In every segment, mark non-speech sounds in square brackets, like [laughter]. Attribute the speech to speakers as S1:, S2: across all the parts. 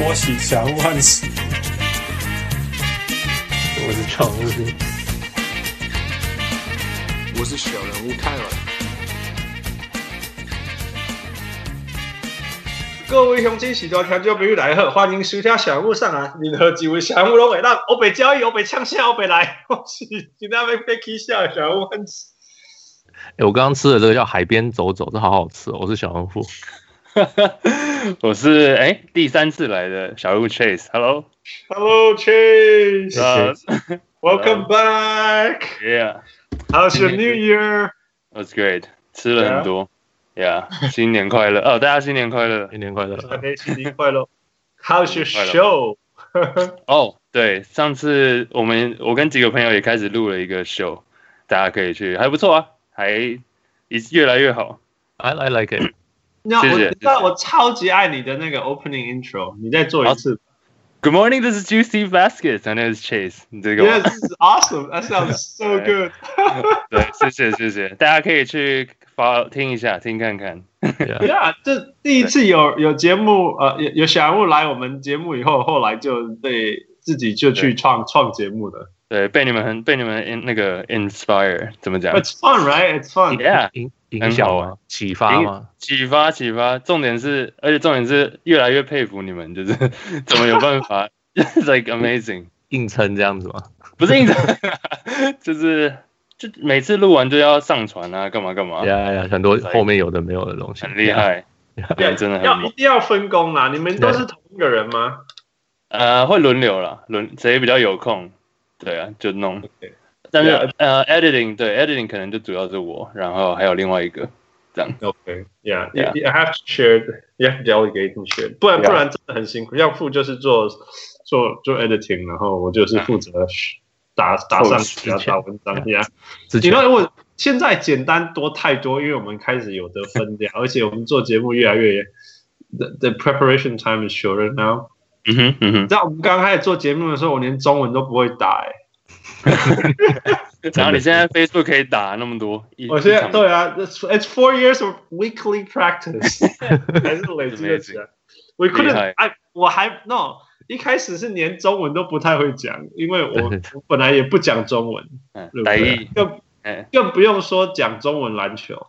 S1: watched each other once.
S2: 我是常务，
S3: 我是小人物泰尔。
S4: 各位雄心喜多调酒朋友来贺，欢迎收听小人物上来。任何几位小人物拢会当，我被交易，我被呛下，我被来， [laughs] 我是今天被被气笑的小人物。
S2: 哎，我刚刚吃的这个叫海边走走，这好好吃哦。我是小人物，
S5: [laughs] 我是哎、第三次来的小鹿 Chase，Hello，
S4: Hello Chase,
S5: 呃
S4: welcome back.
S5: ，Yeah，That's
S4: How's your New Year?
S5: 啊 great，吃了很多，Yeah，新年快乐哦，大家新年快乐
S2: 新年快乐！
S4: 大家新年快乐。How's your
S5: 快乐
S4: show?
S5: 哦。对，上次我们我跟几个朋友也开始录了一个 show，大家可以去，还不错啊，还也是越来越好。
S2: I I like [laughs] it。
S4: 那
S5: 谢
S4: 我
S5: 谢
S4: 知道我超级爱你的那个 opening intro，你再做一次。
S5: Good morning, this is Juicy Basket, and i s Chase。你这个
S4: Yes,
S5: 吗
S4: this is awesome. That sounds
S5: [laughs]
S4: so good.
S5: 对，谢谢谢谢，大家可以去发听一下，听看看。 [laughs]
S2: Yeah，
S4: Yeah，这第一次有有节目，呃，有有小人物来我们节目以后，后来就被自己就去
S5: 对
S4: 创创节目的。
S5: 对，被你们很被你们 in, 那个 inspire 怎么讲？
S4: It's fun, right? It's fun.
S5: Yeah，
S2: 啊影影
S5: 很
S2: 响
S5: 好
S2: 吗？启发吗？
S5: 启发启发，重点是，而且重点是越来越佩服你们，就是 [laughs] 怎么有办法 [laughs] ，it's，like amazing，
S2: 硬撑这样子吗？
S5: 不是硬的， [laughs] 就是就每次录完就要上传啊，干嘛干嘛
S2: y e a h 很多后面有的没有的东西，
S5: 很厉。害，
S4: 对
S5: 真的很
S4: 要
S5: 猛
S4: 一定要分工啦。你们都是同一个人吗？
S5: 呃，会轮流啦，轮谁比较有空，对啊，就弄
S4: OK，
S5: 但是
S4: Yeah
S5: 呃，editing 对 editing 可能就主要是我，然后还有另外一个，
S4: OK, yeah,
S5: Yeah.
S4: you, you have to share, you have to delegate and share. 不然
S5: Yeah.
S4: 不然真的很辛苦。要负就是做做做 editing，然后我就是负责打打上去啊
S5: 凑时，间
S4: 打文章呀。
S2: 之
S4: 你
S2: 前
S4: 看我现在简单多太多，因为我们开始有得分量，而且我们做节目越来越 the the preparation time is shorter now。
S5: 嗯哼嗯
S4: 你知道我们刚开始做节目的时候，我连中文都不会打、欸，
S5: 哼，然后你现在 Facebook 可以打那么多，一
S4: 我现
S5: 一
S4: 在
S5: 场
S4: 对啊，it's it's four years of weekly
S5: [laughs]
S4: practice，还是累积的起来。We
S5: 厉
S4: couldn't，
S5: 害
S4: 哎，我还 no，一开始是连中文都不太会讲，因为
S5: [laughs]
S4: 我
S2: 对
S4: 我本来也不讲中文，对
S5: 嗯
S4: 不
S5: 台
S4: 对
S5: 语？，
S4: 更
S5: 哎，
S4: 更不用说讲中文篮球。
S5: 嗯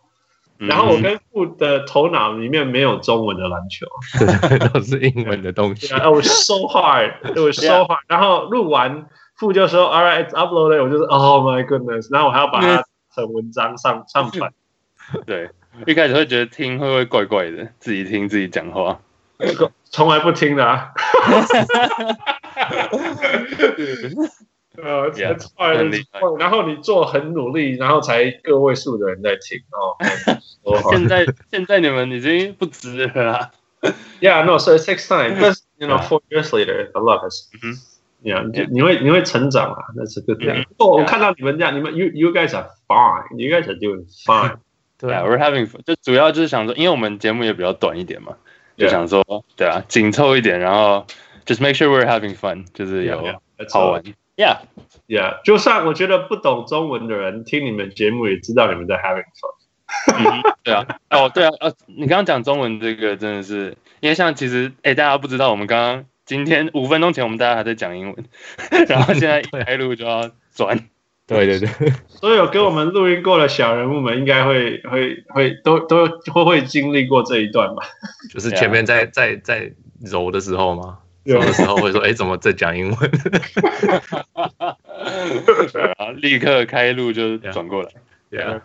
S4: 然后我跟父的头脑里面没有中文的篮球，
S5: 嗯
S2: [laughs] 都是英文的东西
S4: 对。啊，我 so
S5: [laughs]
S4: hard，我 so hard。然后录完，父就说，All right, it's uploaded。我就是 Oh my goodness。然后我还要把它成文章上上
S5: [laughs]
S4: 传。
S5: 对，一开始会觉得听会不会怪怪的，自己听自己讲 [laughs] 话，
S4: 从来不听的、啊。呃，
S5: Yeah，
S4: that's fine，
S5: 很厉
S4: that's fine 然后你做很努力，然后才个位数的人在听
S5: [laughs]
S4: 哦。so hard [laughs]
S5: 现在现在你们已经不值了啦。
S4: Yeah, no, so it takes
S5: [laughs]
S4: time. But you know,
S5: Yeah.
S4: four years later, a lot has.
S5: 嗯
S4: Yeah，你
S5: Yeah. Mm-hmm
S4: 你会你会成长啊，那是 good thing。不过我看到你们这样，你们 you you guys are fine, you guys are doing
S5: [laughs]
S4: fine。
S2: 对
S5: 啊
S2: 啊，
S5: ，we're having fun，就主要就是想说，因为我们节目也比较短一点嘛，就
S4: Yeah.
S5: 想说，对啊，紧凑一点，然后 just make sure we're having fun，就是有
S4: That's
S5: 好玩。Yeah，
S4: Yeah，就算我觉得不懂中文的人听你们节目也知道你们在 having fun。
S5: 对啊，哦，对啊，呃，你刚刚讲中文这个真的是，因为像其实，哎，大家不知道，我们刚刚今天五分钟前我们大家还在讲英文， [laughs] 然后现在一开录就要转。
S2: [laughs] 对对对，
S4: 所有跟我们录音过的小人物们，应该会会会都都会会经历过这一段吧？
S2: 就是前面在在在揉的时候嘛，
S4: 有
S2: 揉的时候会说，哎，怎么在讲英 [laughs] 文？
S5: 对啊，立刻开路就转过来。
S2: 对啊，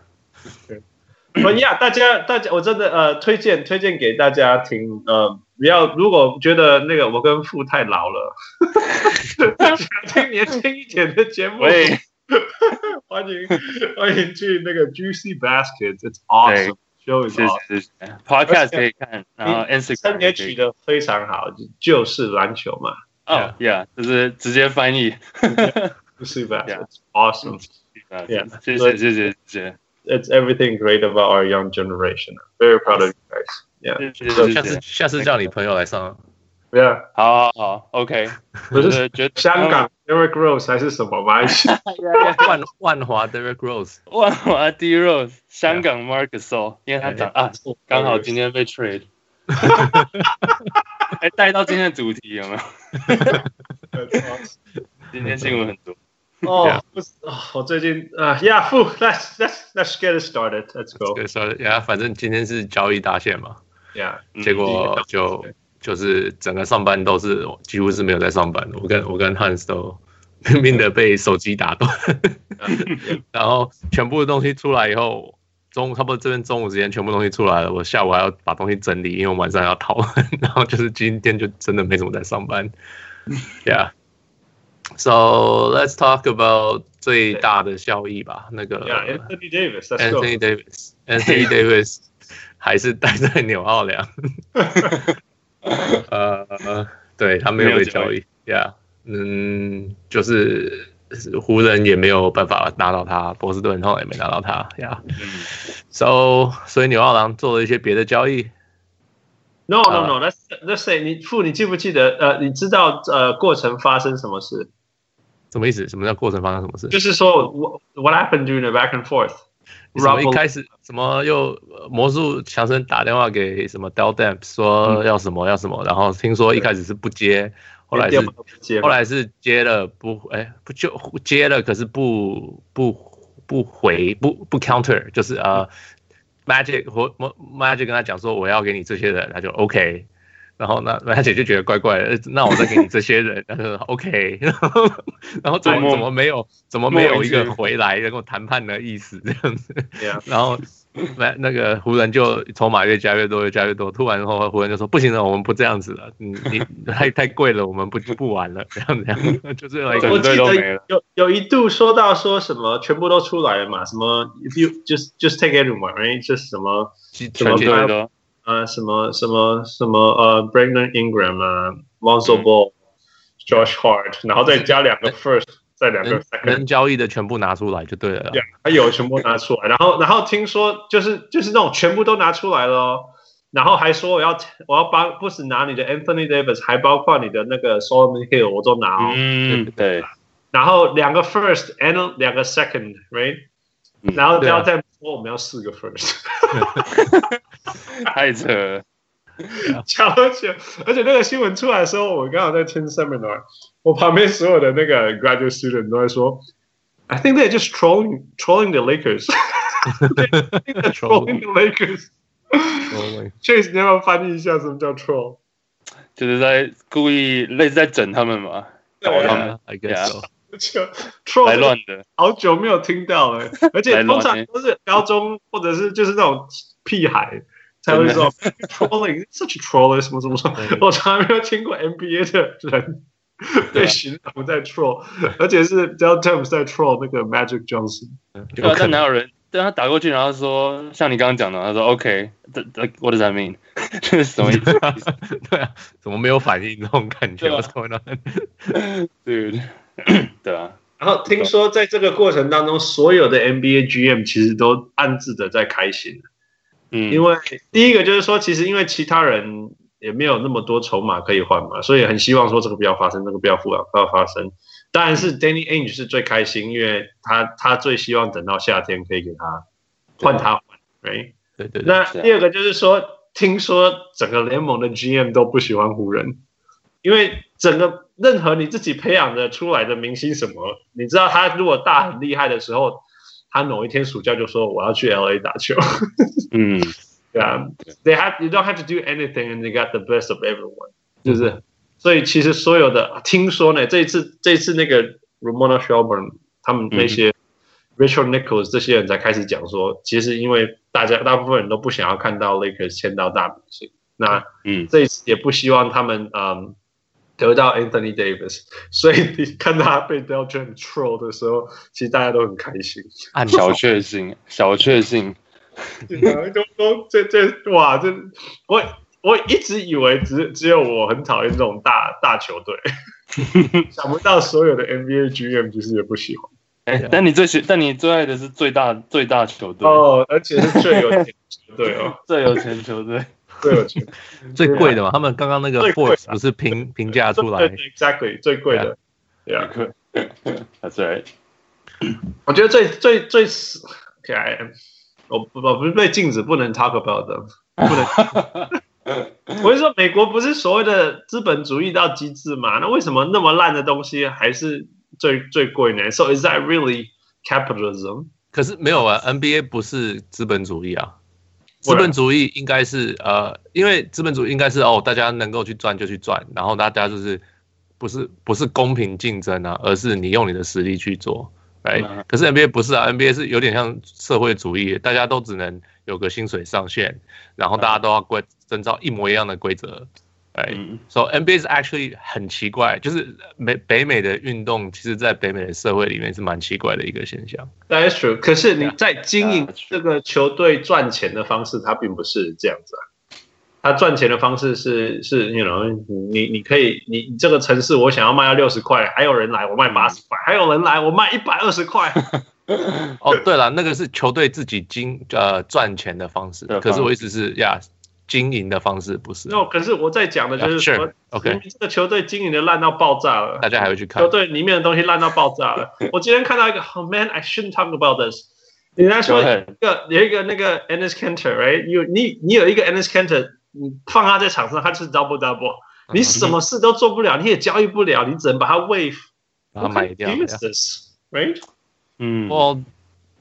S4: 不哦呀，大家大家，我真的呃推荐推荐给大家听，呃，不要如果觉得那个我跟傅太老
S5: [laughs]
S4: 了，想听年轻一点的节目，
S5: 喂，
S4: 欢迎欢迎去那个 Juicy Basket，It's awesome show is
S5: 谢
S4: awesome。
S5: 谢谢谢。Podcast 可以看，然后
S4: 三
S5: Instagram
S4: 也
S5: 也
S4: 取
S5: 取
S4: 得非常好，就就是篮球嘛
S5: 哦，Yeah，就是直接翻译。
S4: ，Juicy
S5: Yeah.
S4: Basket，It's awesome。Yeah.
S5: 谢谢谢谢谢谢
S4: It's everything great about our young generation. Very proud of you guys. Yeah,
S5: 谢谢
S2: 下
S5: 谢
S2: 次
S5: 谢。
S2: 下次叫你朋友来上，
S5: [laughs]
S4: yeah.
S5: 好好好，OK，
S4: 不是
S5: 是觉得
S4: 香港 Eric Rose 还是什么吗？
S5: [laughs]
S2: 万万华 Derek Rose。
S5: 万华 D Rose，香港
S4: [laughs]
S5: 哦 Marcus o 因为他长啊，刚好今天被 trade。哎，带到今天的主题有没有？
S4: That's
S5: 今天新闻很
S4: [laughs]
S5: 多，
S4: awesome. Oh,
S2: Yeah.
S4: what's- oh, 我最近- uh, yeah, phew, let's let's let's get it started. Let's go.
S2: 对，所以呀，反正今天是交易大限嘛， [laughs]
S4: Yeah.
S5: 嗯
S2: 结果就就是整个上班都是几乎是没有在上班的。我跟我跟 Hans 都 [laughs] 拼命的被手机打断， [laughs] Uh, 然后全部的东西出来以后，中午差不多这边中午时间全部东西出来了，我下午还要把东西整理，因为我晚上要讨论。 [laughs] 然后就是今天就真的没怎么在上班。Yeah. So let's talk about 最大的效益吧，那个
S4: Yeah, Anthony Davis. Let's go.
S2: uh, Anthony Davis。Anthony [laughs] Davis 还是待在纽奥 [laughs] 良。呃，对他没有被交易，Yeah，嗯，就是湖人也没有办法拿到他，波士顿后来也没拿到他，Yeah，So
S5: 嗯
S2: 所以纽奥良做了一些别的交易，
S4: No, no,
S2: 啊
S4: no. Let's let's say 你父，你记不记得？呃，你知道呃过程发生什么事？
S2: 什么意思？什么叫过程发生什么事？
S4: 就是说，what what happened during the back and forth？
S2: 什么
S4: Rob
S2: 一开始什么又呃魔术强森打电话给什么 Del Demp 说要什么要什么，然后听说一开始是不接，后来是
S4: 接
S2: 后来是接了不，哎、不就接了，可是不不不回不不 counter，就是呃、Magic 和魔 Magic 跟他讲说我要给你这些人，他就 OK，然后那 Magic 就觉得怪怪的，呃那我再给你这些人，他说 OK，然 [laughs] 后然后怎么
S5: 对
S2: 怎么没有怎么没有一
S5: 莫名其
S2: 个
S5: 妙
S2: 回来能够谈判的意思这样子，
S4: Yeah.
S2: 然后那那个湖人就筹码越加越多，越加越多。突然后湖人就说不行了，我们不这样子了，你
S4: [laughs]
S2: 你太太贵了，我们不不玩了，这样这样， [laughs] 就是有一
S5: 整
S4: 我
S2: 个
S4: 记
S5: 队都没
S4: 得
S5: 了
S4: 有有一度说到说什么全部都出来了嘛，什么 if you just just take everyone，right？就是什么
S2: 全
S5: 全
S2: 体
S5: 队
S4: 办
S5: 都
S4: 呃什么什么什么呃 Brandon Ingram 啊 l o n z o
S5: 嗯
S4: Ball，Josh Hart，然后再加两个 first，再两个
S5: 嗯
S2: 能
S4: second。
S2: 能交易的全部拿出来就对了啦。
S4: 对，还有全部拿出来，然后然后听说就是就是那种全部都拿出来了、哦，然后还说我要我要帮不止拿你的 Anthony Davis，还包括你的那个 Solomon Hill 我都拿哦，
S5: 嗯对，
S4: 然后两个 first and 两个 second，right，、
S5: 嗯
S4: 然后不
S2: 对啊
S4: 要再说我们要四个 first，
S5: 太扯了，
S4: 超久， [laughs] 而且那个新闻出来的时候，我刚好在听 seminar，我旁边所有的那个 graduate student 都在说，I think they're just trolling trolling the
S5: [laughs]
S4: Lakers，trolling the Lakers。Chase，你要不要 [laughs] 翻译一下什么叫 troll？
S5: 就是在故意类似在整他们嘛，
S4: 对
S5: 搞他们
S2: 嗯，I guess so。
S4: [laughs] 就
S5: 来
S4: troll
S5: 乱的，
S4: 好久没有听到了，欸 [laughs] 而且
S5: 来
S4: 通
S5: 乱
S4: 常都是高中或者是就是那种屁孩才会说 [laughs] trolling such troll 什么什么什么，
S2: 对
S4: 我从来没有听过 NBA 的人被形容在 troll，而且是 Del Temps 在 troll 那个 Magic Johnson。
S5: 对
S2: 有，
S5: 啊
S2: 可
S5: 但哪
S2: 能
S5: 有人？对他打过去，然后说像你刚刚讲的，他说 OK，这这 What does that mean？这 [laughs] 是什么意思
S2: 对啊， [laughs] 怎么没有反应那种感觉？
S5: 对啊
S2: 我操，那
S5: ？Dude，对 [laughs] 啊，
S4: 然后听说在这个过程当中，所有的 NBA GM 其实都暗自的在开心。
S5: 嗯，
S4: 因为第一个就是说，其实因为其他人也没有那么多筹码可以换嘛，所以很希望说这个不要发生，那个不要啊不要不要发生。当然
S5: 嗯
S4: 是 Danny Ainge 是最开心，因为他他最希望等到夏天可以给他换他换。right？
S2: 对对对，
S4: 那
S5: 是啊
S4: 第二个就是说，听说整个联盟的 GM 都不喜欢湖人，因为整个任何你自己培养的出来的明星什么，你知道他如果大很厉害的时候，他某一天暑假就说我要去 LA 打球。
S5: 嗯，
S4: Yeah, they have you don't have to do anything, and they got the best of everyone. 就是，所以其实所有的听说呢，这一次这一次那个 Ramona Shelburne 他们那些 Rachel Nichols 这些人才开始讲说，其实因为大家大部分人都不想要看到 Lakers 签到大明星，那
S5: 嗯
S4: 这一次也不希望他们嗯得到 Anthony Davis，所以你看到他被 Del t r a m troll 的时候，其实大家都很开心。
S2: 按手
S5: [laughs] 小确幸，小确幸，
S4: 都都这这哇，这我我一直以为只只有我很讨厌这种大大球
S2: [laughs]
S4: 队，想不到所有的 NBA GM 其实也不喜欢
S5: 哎，但你最喜，但你最爱的是最大最大球队，
S4: 哦，而且是最有钱的球队哦，
S5: 最有钱球队， [laughs]
S4: 最有钱的
S2: [laughs] 最贵的嘛，他们刚刚那个
S4: 最贵的啊
S2: Forbes 不是评评价出
S4: 对
S2: 来
S4: 对对，exactly 最贵的。对啊，
S5: That's right，
S4: 我觉得最最最，OK，I- 我不我不是被禁止不能 talk about them，不能我是说，美国不是所谓的资本主义到极致嘛？那为什么那么烂的东西还是最最贵呢？So is that really capitalism？
S2: 可是没有啊，NBA 不是资本主义啊，
S4: 不
S2: 资
S4: 然
S2: 本主义应该是呃，因为资本主义应该是哦，大家能够去赚就去赚，然后大家就是不是不是公平竞争啊，而是你用你的实力去做。哎、
S5: 嗯
S2: 可是 NBA 不是啊，NBA 是有点像社会主义，大家都只能有个薪水上限，然后大家都要规遵照一模一样的规则。哎、
S5: 嗯
S2: So NBA is actually 很奇怪，就是美北美的运动，其实在北美的社会里面是蛮奇怪的一个现象。
S4: That is true。可是你
S2: 啊
S4: 在经营
S5: Yeah, that's true.
S4: 这个球队赚钱的方式，它并不是这样子啊。他赚钱的方式是是，you know，你你可以，你你这个城市我想要卖到六十块，还有人来我卖八十
S2: 嗯
S4: 块，还有人来我卖一百二
S2: [laughs]
S4: 十块。
S2: 哦，对了，那个是球队自己经呃赚钱的方式
S5: 的，方式
S2: 可是我意思是呀，经营的方式不是。
S4: 那可是我在讲的就是
S2: Yeah, 啊 sure.
S4: 说，
S2: OK
S4: 明明这个球队经营的烂到爆炸了，
S2: 大家还会去看
S4: 球，队里面的东西烂到爆炸了。我今天看到一个，Oh man, I shouldn't talk about this。你来说
S5: Go ahead
S4: 一个有一个那个 Ennis Cantor，right？有你你有一个 Ennis Cantor，你放他在场上，他就是 double double，你什么事都做不了，你也交易不了，你只能把他 wave，
S2: 把它卖掉。
S4: Who can use this，right？
S5: 嗯，
S2: 我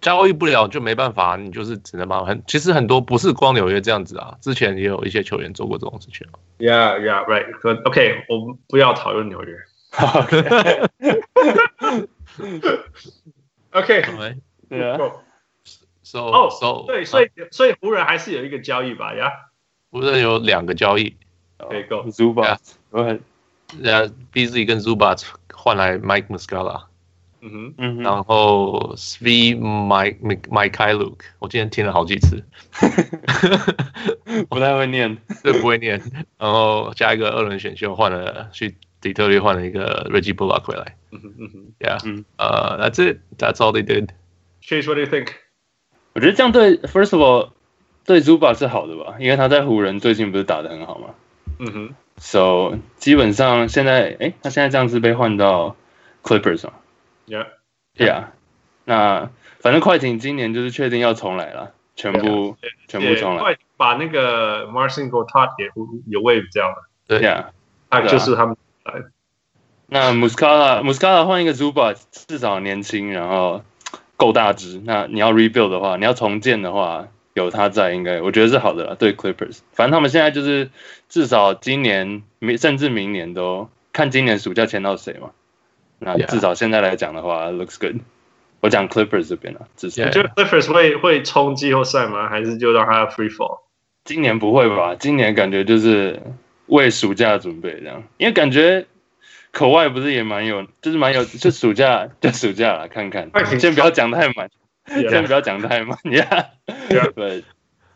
S2: 交易不了就没办法，你就是只能把很其实很多不是光纽约这样子啊，之前也有一些球员做过这种事情。
S4: Yeah, yeah, right. Good. OK，我们不要讨论纽约。OK，
S2: 对
S5: 对啊，
S4: 够
S2: ，so
S4: 哦
S2: so 啊
S4: 对，所以所以湖人还是有一个交易吧呀。
S2: 湖人有两个交易，
S4: 可以够
S5: Zuba，我
S2: 呃，BZ 跟 Zubac 换来 Mike Muscala，
S4: 嗯哼，
S5: 嗯哼，
S2: 然后 Svi Mike Mike k a i l u k 我今天听了好几次。
S5: [laughs] 不太会念，
S2: 这不会念。然后加一个二轮选秀，换了去底特律换了一个 Reggie Bullock 回来。
S4: 嗯哼，嗯哼。
S2: Yeah，
S5: 嗯
S2: 呃、t h a t s it. That's all they did. [laughs]
S4: Chase, what do you think？
S5: 我觉得这样对，first of all，对 Zuba 是好的吧，因为他在湖人最近不是打得很好吗
S4: 嗯哼。
S5: ？So 基本上现在，诶，他现在这样子被换到 Clippers 嘛
S4: Yeah，
S5: ，Yeah，那反正快艇今年就是确定要重来了，全部全部
S4: 也
S5: 重来
S4: 快把那个 Marcin g o t a r 也也 wave 掉了，
S2: 对
S5: ，Yeah。
S4: 他
S5: 对啊
S4: 就是他们
S5: 那 Muscala Muscala 换一个 Zuba，至少年轻，然后够大只。那你要 rebuild 的话，你要重建的话，有他在，应该我觉得是好的啦。对 Clippers，反正他们现在就是至少今年，明甚至明年都看今年暑假签到谁嘛。那
S2: Yeah
S5: 至少现在来讲的话，looks good。我讲 Clippers 这边啊，至少
S2: Yeah
S4: 就 Clippers 会会冲季后赛吗？还是就让他 free
S5: [laughs]
S4: fall？
S5: 今年不会吧？今年感觉就是为暑假准备这样，因为感觉口外不是也蛮有，就是蛮有，就暑假 [laughs] 就暑假了，看看
S4: 快。点
S5: 先不要讲太
S4: [laughs]
S5: 满，先
S4: Yeah
S5: 不要讲太满 [laughs] 呀。
S4: Yeah
S5: 对，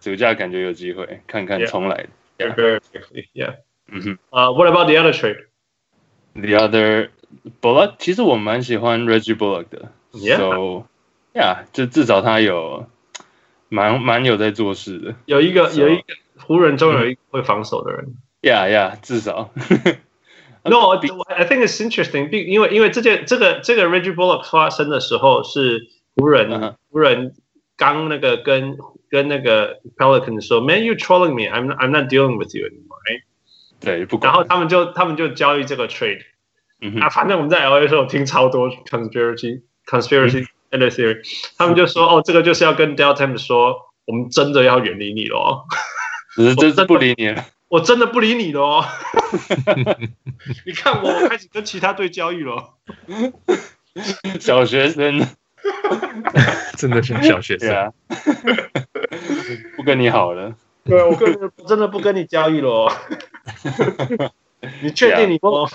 S5: 暑假感觉有机会，看看
S4: Yeah
S5: 重来。Yeah
S4: Very quickly, yeah.
S5: 嗯哼
S4: 呃、w h a t about the other trade?
S5: ，The other Bullock，其实我蛮喜欢 Reggie Bullock 的
S4: Yeah
S5: ，So yeah，就至少他有蛮蛮有在做事的。
S4: 有一个
S5: So- Mm-hmm.
S4: 有一个湖人中有一个会防守的人。
S5: Yeah yeah，至少
S4: No, I think it's interesting. be- 因为因为这件这个这个 Reggie Bullock 发生的时候是湖
S5: 嗯
S4: 人
S5: 哼
S4: 湖人刚那个跟跟那个 Pelican 说，Man, you trolling me. I'm I'm not dealing with you anymore. right?"
S5: [laughs] 对，不管
S4: 然后他们就他们就交易这个 trade。
S5: 嗯哼
S4: 啊，反正我们在 LA 的时候听超多 conspiracy conspiracy and theory，他们就说哦，这个就是要跟 Dell Time 说，我们真的要远离你了哦，
S5: 只是
S4: 我
S5: 这
S4: 真的
S5: 是不理你了。
S4: 我真的不理你了
S5: [laughs]
S4: 哦。你看我开始跟其他队交易了，
S5: 小学生，
S2: 真的是小学
S5: [laughs] 对
S2: 生。
S4: [laughs]
S5: 啊，不跟你好了。
S4: 对我跟真的不跟你交易了
S5: [laughs]
S4: 哦。你确定你
S5: 啊
S4: 不？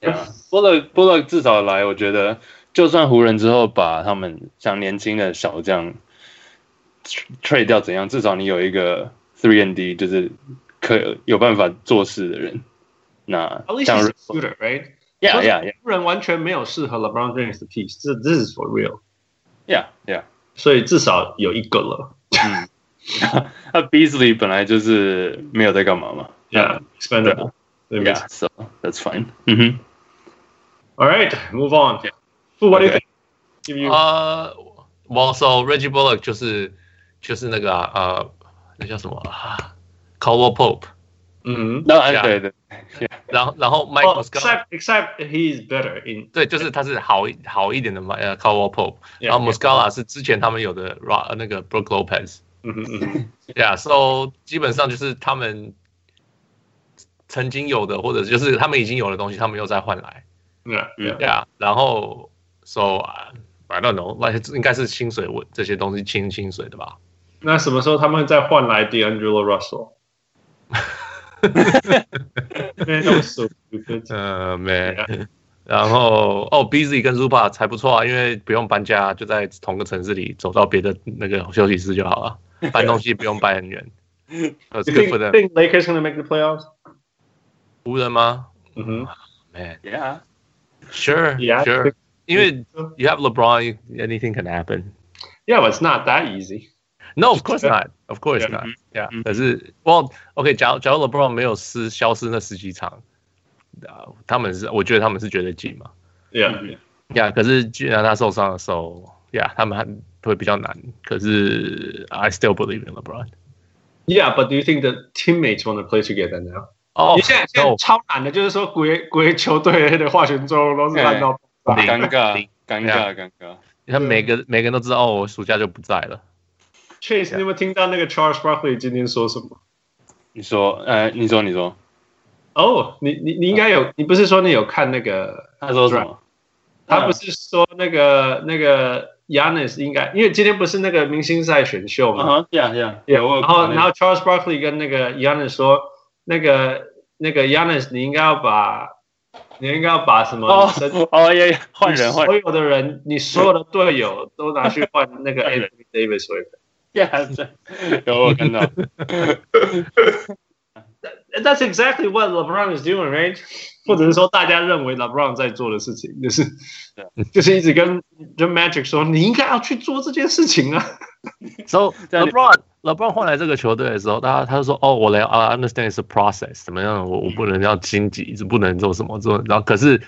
S5: 对啊，波勒波勒至少来，我觉得就算湖人之后把他们像年轻的小将 trade 掉怎样，至少你有一个 three and D，就是可有办法做事的人。那
S4: At least
S5: 像
S4: he's a shooter, right？
S5: yeah yeah yeah
S4: 湖人完全没有适合 LeBron James 的 piece，这 this is for real，
S5: yeah yeah，
S4: 所以至少有一个了。
S5: 嗯，那 Beasley 本来就是没有在干嘛嘛。
S4: Yeah, expandable. 对没错
S5: yeah so that's fine。嗯哼。
S4: All right, move on. Fu, what do you
S5: Okay.
S4: think?
S2: Uh,
S4: Give you
S2: 呃、w e l l so Reggie Bullock 就是就是那个啊呃、那叫什么啊 c o l w e r Pope
S4: 嗯
S5: 那哎
S2: Yeah
S5: 对对，
S2: 然后然
S4: 哦
S2: 后 Michael
S4: Mm-hmm. ，Well,
S2: Scott
S4: except except he is better in
S2: 对，就是他是好一好一点的嘛，呃 c o w a l Pope，
S4: yeah,
S2: 然后 Muscala 是之前他们有的 Ra 呃那个 Brook Lopez，
S4: 嗯哼嗯哼
S2: ，Yeah，so 基本上就是他们曾经有的，或者就是他们已经有的东西，他们又再换来
S4: ，yeah, [laughs] yeah.
S2: ，Yeah，然后 so I don't know，那应该是薪水问这些东西清薪水的吧？
S4: 那什么时候他们会再换来
S2: [laughs]
S4: D'Angelo Russell？Man, that was so stupid.
S2: 呃，没
S4: Yeah.。
S2: 然后哦，Busy 跟 Zupa 才不错啊，因为不用搬家，就在同个城市里，走到别的那个休息室就好 [laughs] 了，搬东西不用搬很远。That's good
S4: You think,
S2: for them。
S4: think Lakers gonna make the playoffs？
S2: 湖人吗
S4: 嗯哼
S2: ？Man,
S5: Yeah.
S2: sure,
S4: Yeah.
S2: sure. 因为
S4: So-
S2: you have LeBron, you- anything can happen.
S4: Yeah, but it's not that easy.
S2: No, of course not. Of course
S4: Yeah.
S2: not.
S4: Mm-hmm.
S2: Yeah，
S5: 嗯
S2: 可是 Well, OK，假如假如 LeBron 没有失消失那十几场，啊他们是我觉得他们是绝对进嘛。
S4: Yeah.
S2: 呀，可是既然他受伤的时候，呀，他们还会比较难。可是 I still believe in LeBron。
S4: Yeah, but do you think the teammates want to play together now?
S2: 哦
S4: 你现在现在超难的，就是说鬼鬼球队的化学中都是烂到爆炸
S2: 对
S5: 尴尬
S2: 零，
S5: 尴
S2: 对啊
S5: 尬，尴尬。
S2: 他每个每个人都知道，哦，我暑假就不在了。
S4: Chase，你有没有听到那个 Charles Barkley 今天说什么？
S5: 你说，呃，你说，你说，
S4: 哦，你你你应
S5: 啊
S4: 该有，你不是说你有看那个？
S5: 他说什么？
S4: 啊
S5: 啊
S4: 他不是说那个那个 Yanis 应该，因为今天不是那个明星赛选秀
S5: 嗯
S4: 嘛？
S5: 哼，Yeah Yeah，
S4: Yeah，
S5: 有我有
S4: 然后
S5: 看那个
S4: 然后 Charles Barkley 跟那个 Yanis 说，那个那个 Yanis 你应该要把你应该要把什么神
S5: 哦哦耶，耶换人换 [laughs]
S4: 所
S5: 人
S4: 有的人，你所有的队友都拿去换那个
S5: 换人
S4: Anthony Davis 回来。
S5: ，Yeah，对有我有看到，
S4: [laughs] That's exactly what LeBron is doing, right？或者是说，大家认为 LeBron 在做的事情，就是就是一直跟跟 Magic 说，你应该要去做这件事情啊。
S2: So
S5: 这样你
S2: LeBron LeBron 换来这个球队的时候，他他就说，哦，我来啊，understand is a process，怎么样？我我
S5: 嗯
S2: 不能要心急，一直不能做什么做，然后可是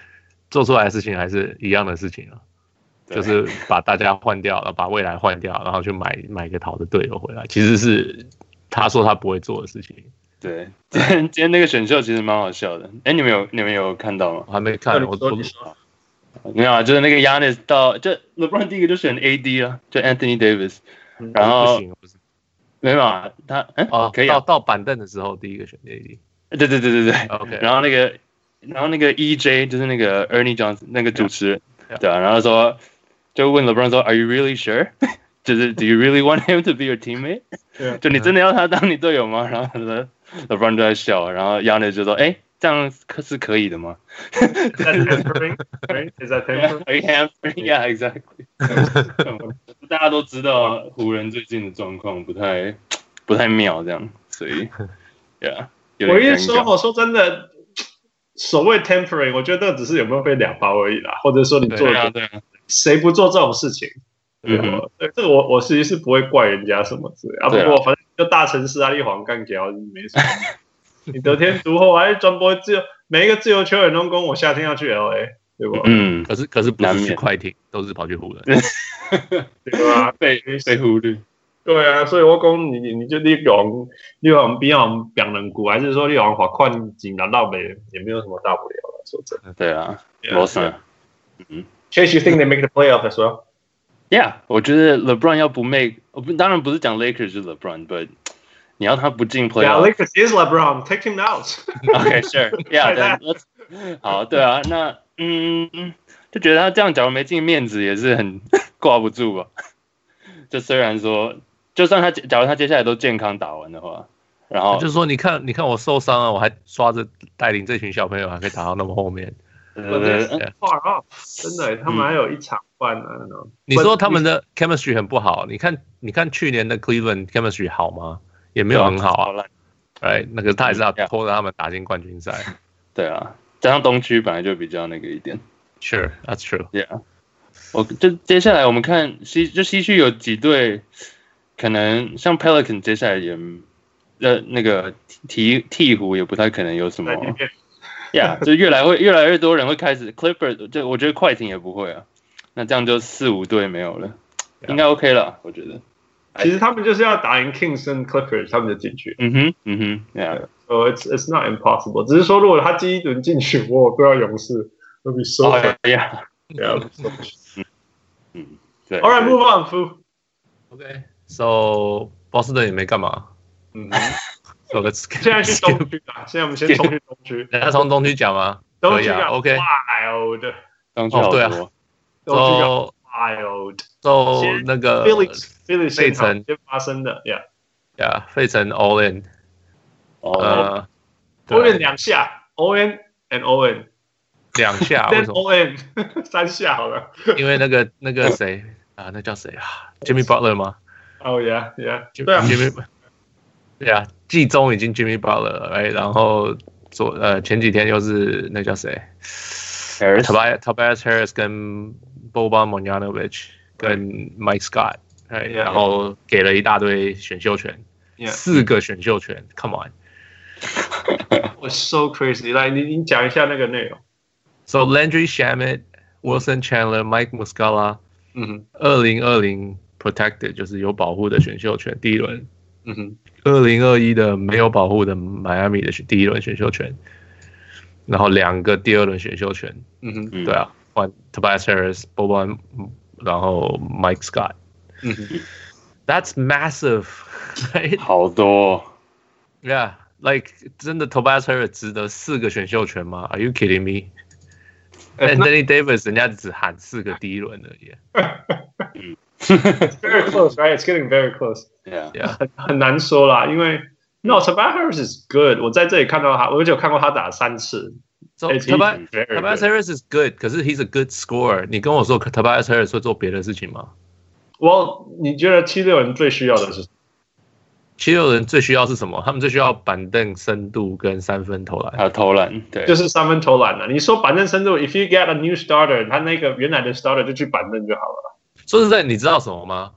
S2: 做出来的事情还是一样的事情啊。
S5: 对
S2: 就是把大家换掉了，把未来换掉，然后去买买一个好的队友回来，其实是他说他不会做的事情。
S5: 对，今天今天那个选秀其实蛮好笑的。哎，你们有你们有看到吗？
S2: 我还没看，
S4: 你
S2: 我
S4: 说
S2: 我
S4: 你说，
S5: 没有啊，就是那个 Yanis 到就 LeBron 第一个就选 AD 啊，就 Anthony Davis，
S4: 嗯
S5: 然
S2: 不
S5: 后
S2: 行，不是
S5: 没有啊，他嗯
S2: 哦，
S5: 可以
S2: 到
S5: 啊，
S2: 到板凳的时候第一个选 AD。
S5: 对对对对对，
S2: OK，
S5: 然后那个，然后那个 EJ 就是那个 Ernie Johnson 那个主持人
S2: Yeah.
S5: 对啊，然后说就问 LeBron 说，Are you really sure？就是 [laughs] Do you really want him to be your teammate？
S4: Yeah.
S5: 就你真的要他当你队友吗？然后他说 LeBron 就在笑，然后 Yanis 就说，哎，这样可是可以的吗
S4: Is that tampering? Right? Is that tampering?
S5: ？Are you happy？Yeah, exactly 。大家都知道湖人最近的状况不太不太妙，这样，所
S2: [laughs]
S5: 以，Yeah，有
S4: 我一
S5: 点
S4: 直
S5: 尴
S4: 说，哦
S5: 尬。
S4: 我说真的，所谓 tampering，我觉得那只是有没有被两包而已啦，或者说你做
S5: 对
S4: 得
S5: 啊，对啊，
S4: 谁不做这种事情？对吧
S5: 嗯哼，
S4: 对这个我我其实是不会怪人家什么之类啊。不
S5: 对啊
S4: 过反正就大城市啊，力皇干掉没
S5: [laughs]
S4: 什么。你得天独厚啊，还转播自由，每一个自由球员都跟我夏天要去 L A，对吧？
S5: 嗯，
S2: 可是可是不
S5: 难
S2: 是
S5: 免
S2: 去快艇，都是跑去湖人。
S4: 对吧？
S5: 被被忽略。
S4: 对啊，所以我讲你你你就力皇力皇比较两人股，还是说力皇罚款进拿到没也没有什么大不了了。说真的
S5: 对啊，
S4: Yeah,
S5: 罗森。
S4: ，Chase you think they make the playoff as well？
S5: Yeah，我觉得 LeBron 要不 make，我不当然不是讲 Lakers 是 LeBron，but 你要他不进
S4: Yeah,
S5: playoff。
S4: Lakers is LeBron. Take him out. [laughs]
S5: [laughs] OK，sure。Yeah，
S4: 太
S5: then let's- [laughs] 好，对啊，那嗯，就觉得他这样假如没进面子也是很 [laughs] 挂不住吧。就虽然说，就算他假如他接下来都健康打完的话，然后
S2: 就是说，你看，你看我受伤啊了，我还抓着带领这群小朋友，还可以打到那么后面。
S4: But that's
S5: 呃
S4: far off. 真的，他们还有一场半呢。I don't know.
S2: 你说他们的 chemistry 很不好，你看，你看去年的 Cleveland chemistry 好吗？也没有很好啊
S5: 超，烂。
S2: 哎，那个他也是要
S5: Yeah
S2: 拖着他们打进冠军赛。
S5: 对啊，加上东区本来就比较那个一点。
S2: Sure, that's true.
S5: 我就接下来我们看西，就西区有几队，可能像 Pelican 接下来也，呃，那个鹈鹈鹕也不太可能有什么
S4: 在
S5: [laughs]
S4: 里面
S5: 呀，就越来会越来越多人会开始 Clipper，就我觉得快艇也不会啊，那这样就四五队没有了
S2: Yeah.
S5: 应该 OK 了，我觉得。
S4: 其实他们就是要打赢 Kings 跟 Clippers，他们就进去。
S5: 嗯哼，嗯哼，Yeah，
S4: 呃、i t s it's not impossible，只是说如果他第一轮进去，我不知道勇士会 be so
S5: 哦
S4: bad。
S5: ，Yeah，
S4: Yeah.
S5: 嗯，对。
S4: All right, move on, Fu.
S2: [laughs] OK，so 波士顿也没干嘛
S4: 嗯，
S2: ，so let's skip-
S4: 现在去东
S2: [laughs] skip。
S4: 区啊，现在我们先冲去东区。
S2: 人家从东区讲吗？
S4: 东
S2: 可以
S4: 区
S2: 啊
S4: 啊
S2: ，OK。
S4: ，wild，
S5: 当初
S2: 哦
S5: 好
S2: 对啊
S5: 多
S4: 东区啊
S2: so
S4: ，wild。
S2: so
S4: 先
S2: 那个
S4: Felix Felix
S2: 费
S4: 现场
S2: 城
S4: 先发生的，Yeah，
S2: 呀，费城 All In，
S5: 哦，
S2: 呃，对
S4: Owen 两下，Owen and Owen，
S2: 两
S4: [laughs]
S2: 下，为
S4: 但
S2: 什么？
S4: Owen 三下好了。
S2: 因为那个那个谁啊，那叫谁啊？Jimmy Butler 吗？
S4: Oh yeah, yeah，
S2: Jim-
S4: [laughs] 对啊，
S2: Jimmy，对啊，季中已经 Jimmy Butler 了，哎，然后昨呃前几天又是那叫谁
S5: Harris
S2: ，Tobias Tobias Harris 跟 Boban m o n a n o v i c 跟 Mike Scott，哎，
S4: Yeah.
S2: 然后给了一大堆选秀权，
S4: Yeah，
S2: 四个选秀权，Come on。
S4: 我 so crazy。来，你你讲一下那个内容。
S2: So Landry Shamit, Wilson Chandler, Mike Muscala，
S4: 嗯哼，
S2: 二零二零 Protected 就是有保护的选秀权，第一轮
S4: 嗯哼，
S2: 二零二一的没有保护的迈阿密的第一轮选秀权，然后两个第二轮选秀权，
S4: 嗯哼，
S5: 嗯
S2: 对啊，换 Tobias Harris、Boban，然后 Mike Scott。
S4: 嗯哼
S2: That's massive, [laughs] right?
S5: 好多
S2: [laughs] Yeah, like 真的 Tobias Harris 值得四个选秀权吗？Are you kidding me?
S4: It's
S2: And
S4: not-
S2: Anthony Davis 人家只喊四个第一轮而已。
S4: it's very close, right? It's getting very close.
S5: ，Yeah，
S2: Yeah,
S4: 很难说啦，因为 No, Tobias Harris is good。我在这里看到他，我只有看过他打三次。
S2: so
S4: It's
S2: 哦 Tobias
S4: very good
S2: Tobias Harris is good，可是 he's a good scorer。你跟我说 Tobias Harris 会做别的事情吗？
S4: Well，你觉得七六人最需要的是什么？
S2: 七六人最需要是什么？他们最需要板凳深度跟三分投
S5: 还
S2: 篮。
S5: 有投篮，对，
S4: 就是是三分投篮了、你说板凳深度，If you get a new starter，他那个原来的 starter 就去板凳就好了。
S2: 说实在，你知道什么吗？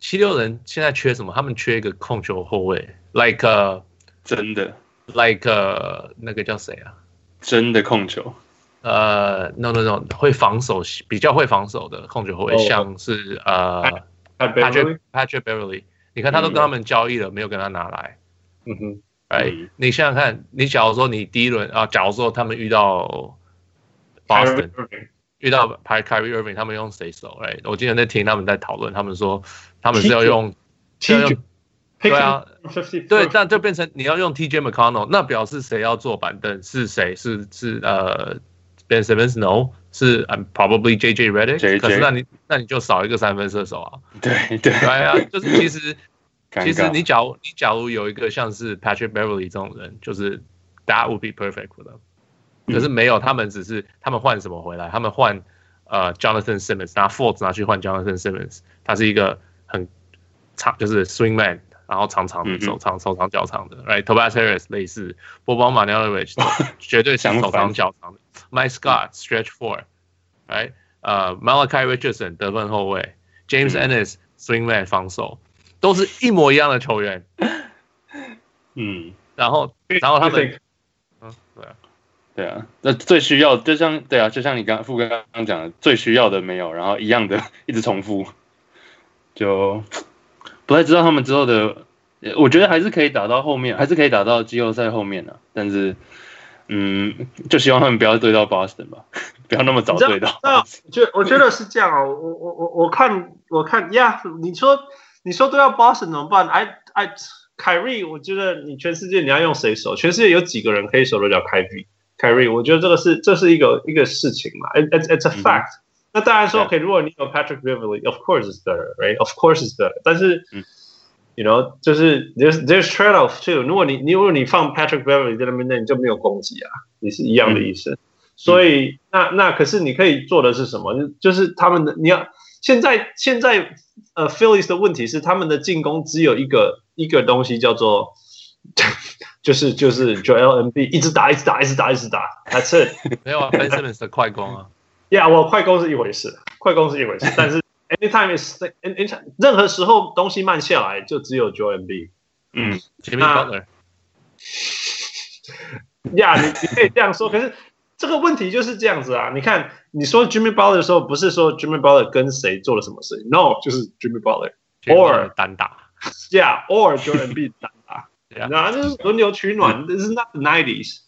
S2: 七六人现在缺什么？他们缺一个控球后卫，like、uh,
S5: 真的
S2: like、uh, 那个叫谁啊？
S5: 真的控球，
S2: 呃、n o no no，会防守比较会防守的控球后卫
S4: 哦
S2: 像是呃、
S4: 看
S2: Patrick
S4: Beverly，
S2: Patrick Beverly，你看他都
S5: 嗯
S2: 跟他们交易了，没有跟他拿来。
S4: 嗯哼，
S2: 哎、
S5: 嗯
S2: 你想想看，你假如说你第一轮啊，假如说他们遇到 Boston，
S4: Kyrie Irving
S2: 遇到排 Kyrie Irving，他们用谁守？哎、我今天在听他们在讨论，他们说他们是要用
S4: 踢
S2: 要
S4: 球
S2: 用对啊，
S4: ，fifty
S2: 对，但就变成你要用 TJ McConnell，那表示谁要坐板凳？是谁？是是呃，Ben Simmons no，是 I'm probably JJ
S5: JJ
S2: Redick。可是那你那你就少一个三分射手啊，
S5: 对对，
S2: 对啊，就是其实
S5: 尴
S2: 其实
S5: 尬
S2: 你假如你假如有一个像是 Patrick Beverly 这种人，就是 That would be perfect for them。可
S5: 嗯
S2: 是没有，他们只是他们换什么回来？他们换呃 Jonathan Simmons，拿 Ford 拿去换 Jonathan Simmons，他是一个很长就是 swing man，然后长长
S5: 嗯
S2: 的
S5: 嗯
S2: 手长手长脚长的，right？Tobias Harris 类似，波波马尼奥维奇
S4: 哦
S2: 绝对是
S5: 相
S2: 手
S5: 反
S2: 长脚长的，Mike Scott stretch four，right？呃，Malachi Richardson 得分后卫，James
S5: 嗯
S2: Ennis swing man 防守，都是一模一样的球员，
S5: 嗯，
S2: 然后然后他们嗯对啊
S5: 对啊，那最需要就像对啊，就像你刚富哥刚刚讲的，最需要的没有，然后一样的一直重复，就不太知道他们之后的，呃我觉得还是可以打到后面，还是可以打到季后赛后面的、啊但是嗯，就希望他们不要对到 Boston 吧， [laughs] 不要那么早
S4: 你知道
S5: 对到，
S4: 那就我觉得是这样哦，我我我我看我看呀你说你说都要 Boston 怎么办？I I 凯瑞，我觉得你全世界你要用谁守？全世界有几个人可以守得了凯瑞？凯瑞，我觉得这个是这是一个一个事情嘛，it it's it's a
S5: 嗯哼
S4: fact、那当然说，OK，
S5: 对
S4: 如果你有 Patrick Beverly，of course is better，right？Of course is better，但是。
S5: 嗯
S4: You know，就是 there's there's trade off too。如果你你如果你放 Patrick Beverly 在那边，那你就没有攻击啊，你是一样
S5: 嗯
S4: 的意思。所以那那可是你可以做的是什么？就是他们的你要现在现在呃 Phillies 的问题是他们的进攻只有一个一个东西叫做 [laughs] 就是就是 Joel M B 一直打一直打一直打一直打，That's it。 [laughs]
S2: 没有啊 Ben Simmons 的快攻啊，
S4: Yeah，我快攻是一回事，快攻是一回事，但是 anytime is anytime 任何时候东西慢下来就只有 Joel M B。
S5: 嗯，
S2: Jimmy
S4: 那
S2: Butler
S4: 呀你你可以这样说，可是这个问题就是这样子啊。你看，你说 Jimmy Butler 的时候，不是说 Jimmy Butler 跟谁做了什么事情，no，就是 Jimmy Butler。 Or
S2: 单打，
S4: Yeah，or Jordan B 打打
S2: Yeah，
S4: 那就是轮流取暖，This is not the nineties。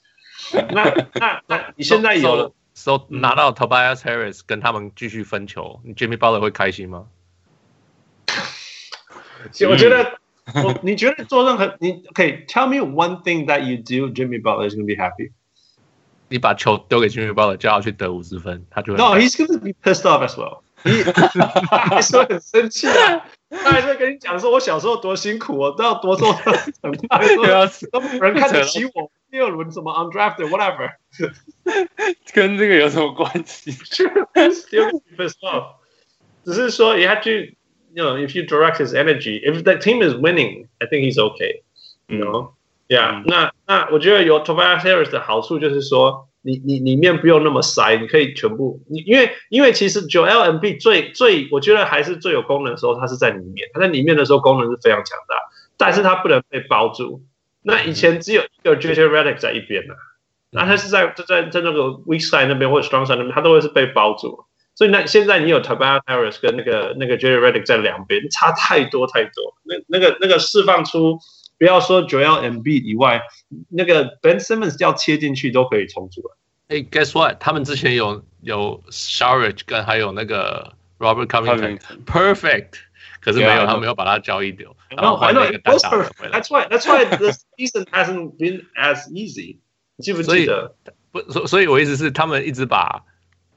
S4: 那那那你现在有嗯了
S2: so, so 拿到 Tobias Harris 跟他们继续分球，你 Jimmy Butler 会开心吗？
S4: 我觉得，我你觉得做任何你 OK？Tell me one thing that you do, Jimmy Butler is gonna be happy.
S2: 你把球丢给 Jimmy Butler，叫他去得五十分，他就会
S4: No, he's gonna be pissed off as well. 你他还是会很生气啊，他还是会跟你讲说，我小时候多辛苦，我都要多做成大，
S5: 又要
S4: 都没有人看得起我，第二轮什么 undrafted whatever，
S5: 跟这个有什么关
S4: [laughs]
S5: 系？
S4: still gonna be pissed off. 只是说 you have to, you know, if you direct his energy, if the team is winning, I think he's okay.
S5: 嗯
S4: you know? Yeah，、
S5: 嗯
S4: 那那我觉得有 Tobias Harris 的好处就是说，你你里面不用那么塞，你可以全部，你因为因为其实 Joel M B 最最我觉得还是最有功能的时候，它是在里面，它在里面的时候功能是非常强大，但是它不能被包住。那
S5: 嗯
S4: 以前只有一个 JJ Redick 在一边的、那他是在在在在那个 weak side 那边或者 strong side 那边，他都会是被包住。所以那现在你有 Tobias Harris 跟那个那个 Jerry Redick 在两边，差太多太多。那那个那个释放出，不要说 Joel Embiid 以外，那个 Ben Simmons 要切进去都可以冲出来。
S2: 哎、g u e s s what？他们之前有有 Sharage 跟还有那个 Robert
S5: Covington
S2: Covington，perfect，可是没
S5: Yeah, I
S2: 有，
S5: know.
S2: 他没有把他交易掉，然
S4: No,
S2: 后
S4: I
S2: 换
S4: know
S2: 了一个
S4: it
S2: 单
S4: was
S2: 打的回
S4: perfect.
S2: 来。
S4: That's why that's why this season hasn't been as easy. 你记不记得？
S2: 不，所所以我意思是，他们一直把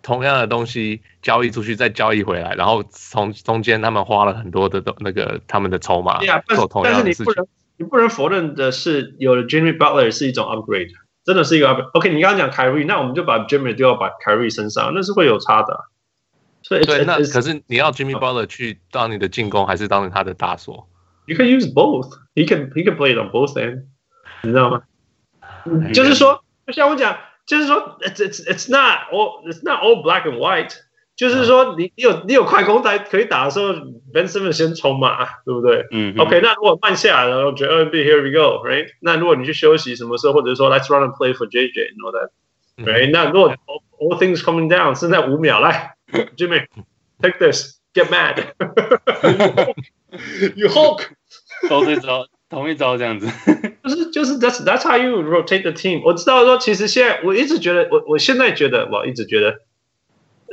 S2: 同样的东西交易出去，再交易回来，然后从中间他们花了很多的那个他们的筹码
S4: 对呀，但是
S2: 啊做同
S4: 但是
S2: 样
S4: 你
S2: 的事
S4: 不
S2: 情。
S4: 能你不能否认的是，有了 Jimmy Butler 是一种 upgrade，真的是一个 upgrade。OK，你刚刚讲 Kyrie，那我们就把 Jimmy 丢到把 Kyrie 身上，那是会有差的啊。所以 it's-
S2: 对，那
S4: it's-
S2: 可是你要 Jimmy Butler 去当你的进攻，还是当他的大锁？
S4: You can use both. He can he can play it on both end. 你知道吗？
S2: 呀
S4: 就是说，就像我讲，就是说，it's it's it's not all it's not all black and white。就是说你，你有你有快攻在可以打的时候，Ben Simmons 先冲嘛，对不对、
S5: 嗯
S4: o k 那如果慢下来了，我觉得 n b here we go，right？那如果你去休息，什么时候，或者说 Let's run and play for JJ，you know that，right？、
S2: 嗯
S4: Right？那如果 all, all things coming down，剩下五秒，来，Jimmy，take this，get mad，you Hulk。
S5: 都是招同一招这样子。
S4: 就是就是 that's that's how you rotate the team。我知道说，其实现在我一直觉得，我我现在觉得，我一直觉得，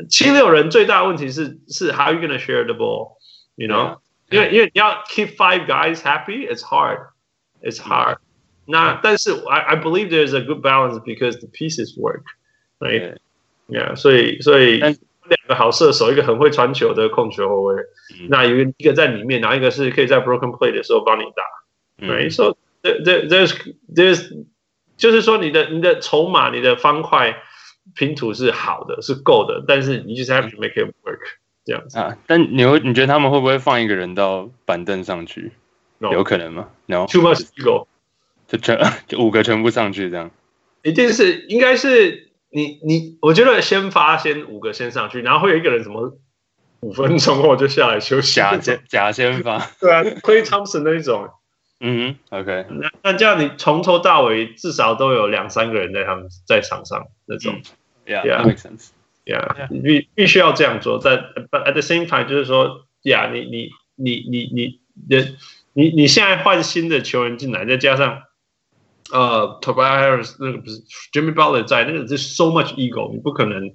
S4: 七六人最大的问题是是 how you gonna share the ball，you know？、
S2: Yeah.
S4: 因为因为你要 keep five guys happy，it's hard，it's hard。那但是 I I believe there's a good balance because the pieces work，right？Yeah，所以所以
S5: 但
S4: 两个好射手，一个很会传球的控球后卫，
S5: 嗯
S4: 那有一个在里面，然后一个是可以在 broken play 的时候帮你打。
S5: [laughs] 嗯
S4: right? So there, there, there's there's 就是说你的你的筹码、你的方块拼图是好的，是够的，但是你就是
S5: 嗯
S4: have to make it work 这样子。
S5: 啊，但你会你觉得他们会不会放一个人到板凳上去？
S4: No
S5: 有可能吗？No，
S4: Too much ego，
S5: 就全 [laughs] 就五个全部上去
S4: [laughs]
S5: 这样。
S4: 一定是应该是你你，我觉得先发先五个先上去，然后会有一个人什么五分钟后就下来休息，
S5: 假先假先发，
S4: [laughs]
S5: [laughs]
S4: 对啊，Clay Thompson 那一种。
S5: 嗯哼，OK，
S4: 那那这样你从头到尾至少都有两三个人在他们在场上那种。Yeah
S5: yeah，that makes sense。
S4: Yeah，
S2: Yeah.
S4: 你必必须要这样做，但 but at the same time 就是说，Yeah，你你你你你你你你现在换新的球员进来，再加上呃 Tobias Harris 那个不是 Jimmy Butler 在，那个是 so much ego，你不可能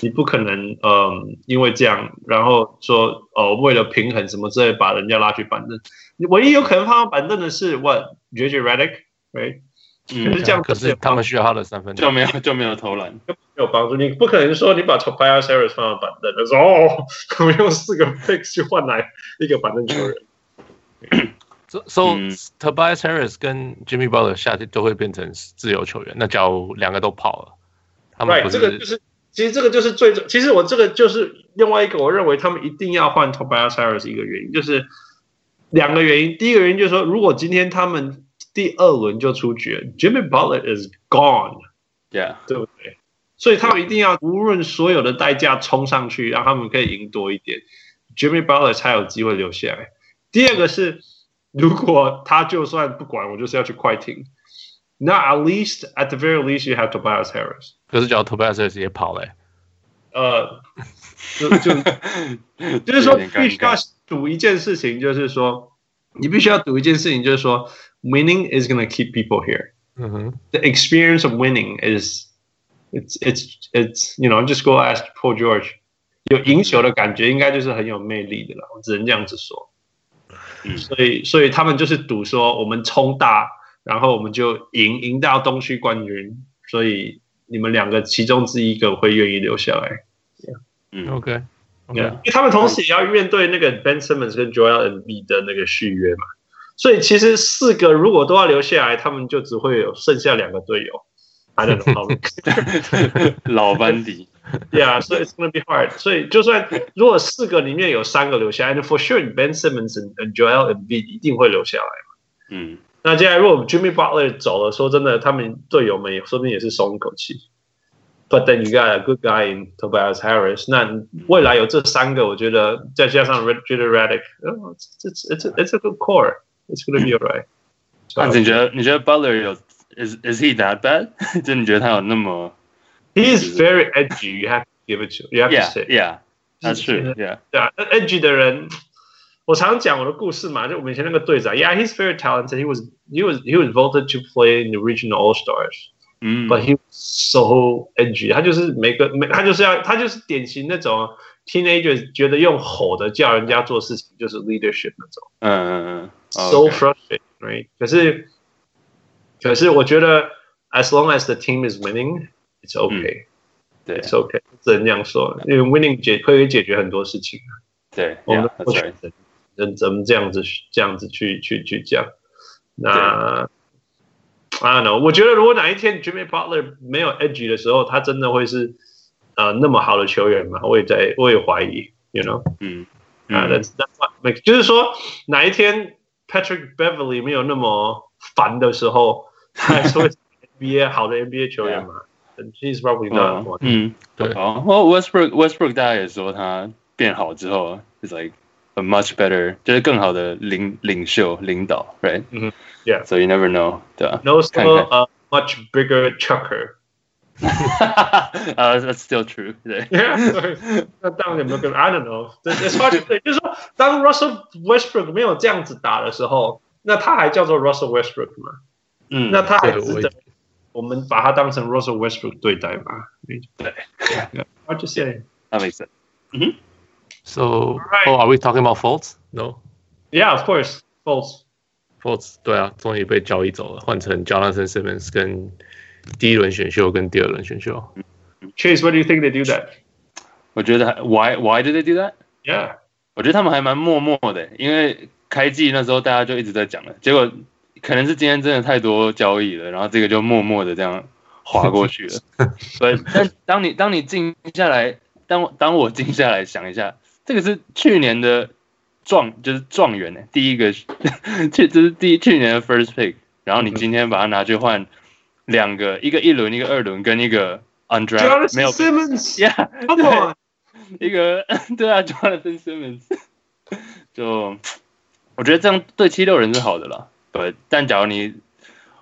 S4: 你不可能嗯因为这样，然后说哦为了平衡什么之类把人家拉去板凳，你唯一有可能放到板凳的是 What JJ Redick，right？可是
S5: 嗯，
S4: 这样
S2: 可是他们需要他的三分球
S5: 就。没有就没有投篮。
S4: 没有帮助。你不可能说你把 Tobias Harris 放到板凳，他说哦，我们用四个 pick 去换来一个板凳球员。
S2: So, so
S5: 嗯
S2: Tobias Harris 跟 Jimmy Butler 下去都会变成自由球员。那假如两个都跑了，他们
S4: right，
S2: 不是
S4: 这个就是，其实这个就是最，其实我这个就是另外一个，我认为他们一定要换 Tobias Harris 一个原因，就是两个原因。第一个原因就是说，如果今天他们第二轮就出局，Jimmy Butler is gone。
S5: Yeah，
S4: 对不对？所以他们一定要无论所有的代价冲上去，让他们可以赢多一点，Jimmy Butler 才有机会留下来。第二个是，如果他就算不管，我就是要去快艇，那 at least at the very least you have Tobias Harris。
S2: 可是假如 Tobias Harris 也跑了、欸，
S4: 呃，就 [laughs]
S5: [laughs]
S4: 就就是说必须要赌一件事情，就是说你必须要赌一件事情，就是说 winning is gonna keep people here.
S2: 嗯哼，
S4: The experience of winning is it's it's it's you know just go ask Paul George. 有赢球的感觉，应该就是很有魅力的了。我只能这样子说。
S5: 嗯
S4: 所以所以他们就是赌说我们冲大，然后我们就赢赢到东区冠军。所以你们两个其中之一个会愿意留下来。
S5: 嗯，
S2: OK
S4: Yeah，
S2: OK，
S4: 因为他们同时也要面对那个 Ben Simmons 跟 Joel Embiid 的那个续约嘛，所以其实四个如果都要留下来，他们就只会有剩下两个队友。I don't know how.
S5: [laughs] 老班底，
S4: yeah, so it's gonna be hard. 所以就算如果四个里面有三个留下来，那 for sure Ben Simmons and and Joel Embiid 一定会留下来。
S5: 嗯，
S4: 那接下来如果 Jimmy Butler 走了，说真的，他们队友们也说不定也是松一口气。But then you got a good guy in Tobias Harris。那未来有这三个，我觉得再加上 Red j u d e Redick，哦，it's it's it's a- it's a good core。It's gonna be alright。啊
S5: 那啊你觉得你觉得 Butler 有 is is he that bad？就 [laughs] 你觉得他有那么
S4: He is very edgy. You have to give it to. You have to
S5: yeah
S4: say.
S5: yeah 他是 yeah
S4: 对啊那，edgy 的人，我常讲我的故事嘛，就我们以前那个队长，Yeah，he's very talented. He was he was he was voted to play in the regional All Stars.
S5: 嗯
S4: But he was so edgy，他就是每个每他就是要他就是典型那种 teenagers 觉得用吼的叫人家做事情就是 leadership 那种、
S5: 嗯嗯嗯
S4: so frustrating，right？可是可是我觉得 as long as the team is winning，it's okay，it's、
S5: 对
S4: okay，只能这样说，因为 winning 解可以解决很多事情。
S5: 对
S4: 我们
S5: yeah
S4: 不
S5: that's
S4: 选 [laughs]
S5: right
S4: 择，人咱们这样子这样子去去去讲。那 I don't know，我觉得如果哪一天 Jimmy Butler 没有 edge 的时候，他真的会是呃那么好的球员吗？我也在我也怀疑，you know
S5: 嗯
S4: 啊、
S5: 嗯
S4: that's that's what makes 就是说哪一天 Patrick Beverly 没有那么烦的时候，他还是
S5: [laughs]
S4: 会是 NBA 好的 NBA 球员吗 And？He's probably not
S5: 嗯
S4: one.、
S5: 嗯
S2: 对
S5: 好哦 Westbrook Westbrook 大家也说他变好之后 is like a much better 就是更好的领领袖领导 right
S4: 嗯哼 yeah
S5: so you never know
S4: [laughs]
S5: 对 [laughs] 吧
S4: No, so
S5: 看看
S4: a much bigger chucker.
S5: 啊 Uh, that's still true 对
S4: Yeah，那当然有没有跟 I don't know，这 it's hard to say。就是说，当 Russell Westbrook 没有这样子打的时候，那他还叫做 Russell Westbrook 吗？
S5: 嗯
S4: 那他还
S2: 对我
S4: 值得我们把他当成 Russell Westbrook 对待吗？
S5: 对
S4: Hard to say。
S5: that makes sense
S2: So
S4: Alright.
S2: oh are we talking about faults? No
S4: Yeah, of course, false.
S2: faults 对啊，终于被交易走了，换成 Jonathan Simmons 跟第一轮选秀跟第二轮选秀。
S5: 嗯
S4: Chase, what do you think they do that?
S5: 我觉得还 why why did they do that
S4: Yeah，
S5: 我觉得他们还蛮默默的，因为开季那时候大家就一直在讲了，结果可能是今天真的太多交易了，然后这个就默默的这样划过去了。对，但当你当你静下来，当我当我静下来想一下，这个是去年的状就是状元呢，欸第一个 [laughs] 去这是第去年的 first pick，然后你今天把它拿去换两个，一个一轮，一个二轮，跟一个 undraft
S4: Jonathan
S5: 没有
S4: Simmons,
S5: yeah。
S4: come on.
S5: 一个 [laughs] 对啊，Jonathan Simmons，就我觉得这样对七六人是好的啦。对，但假如你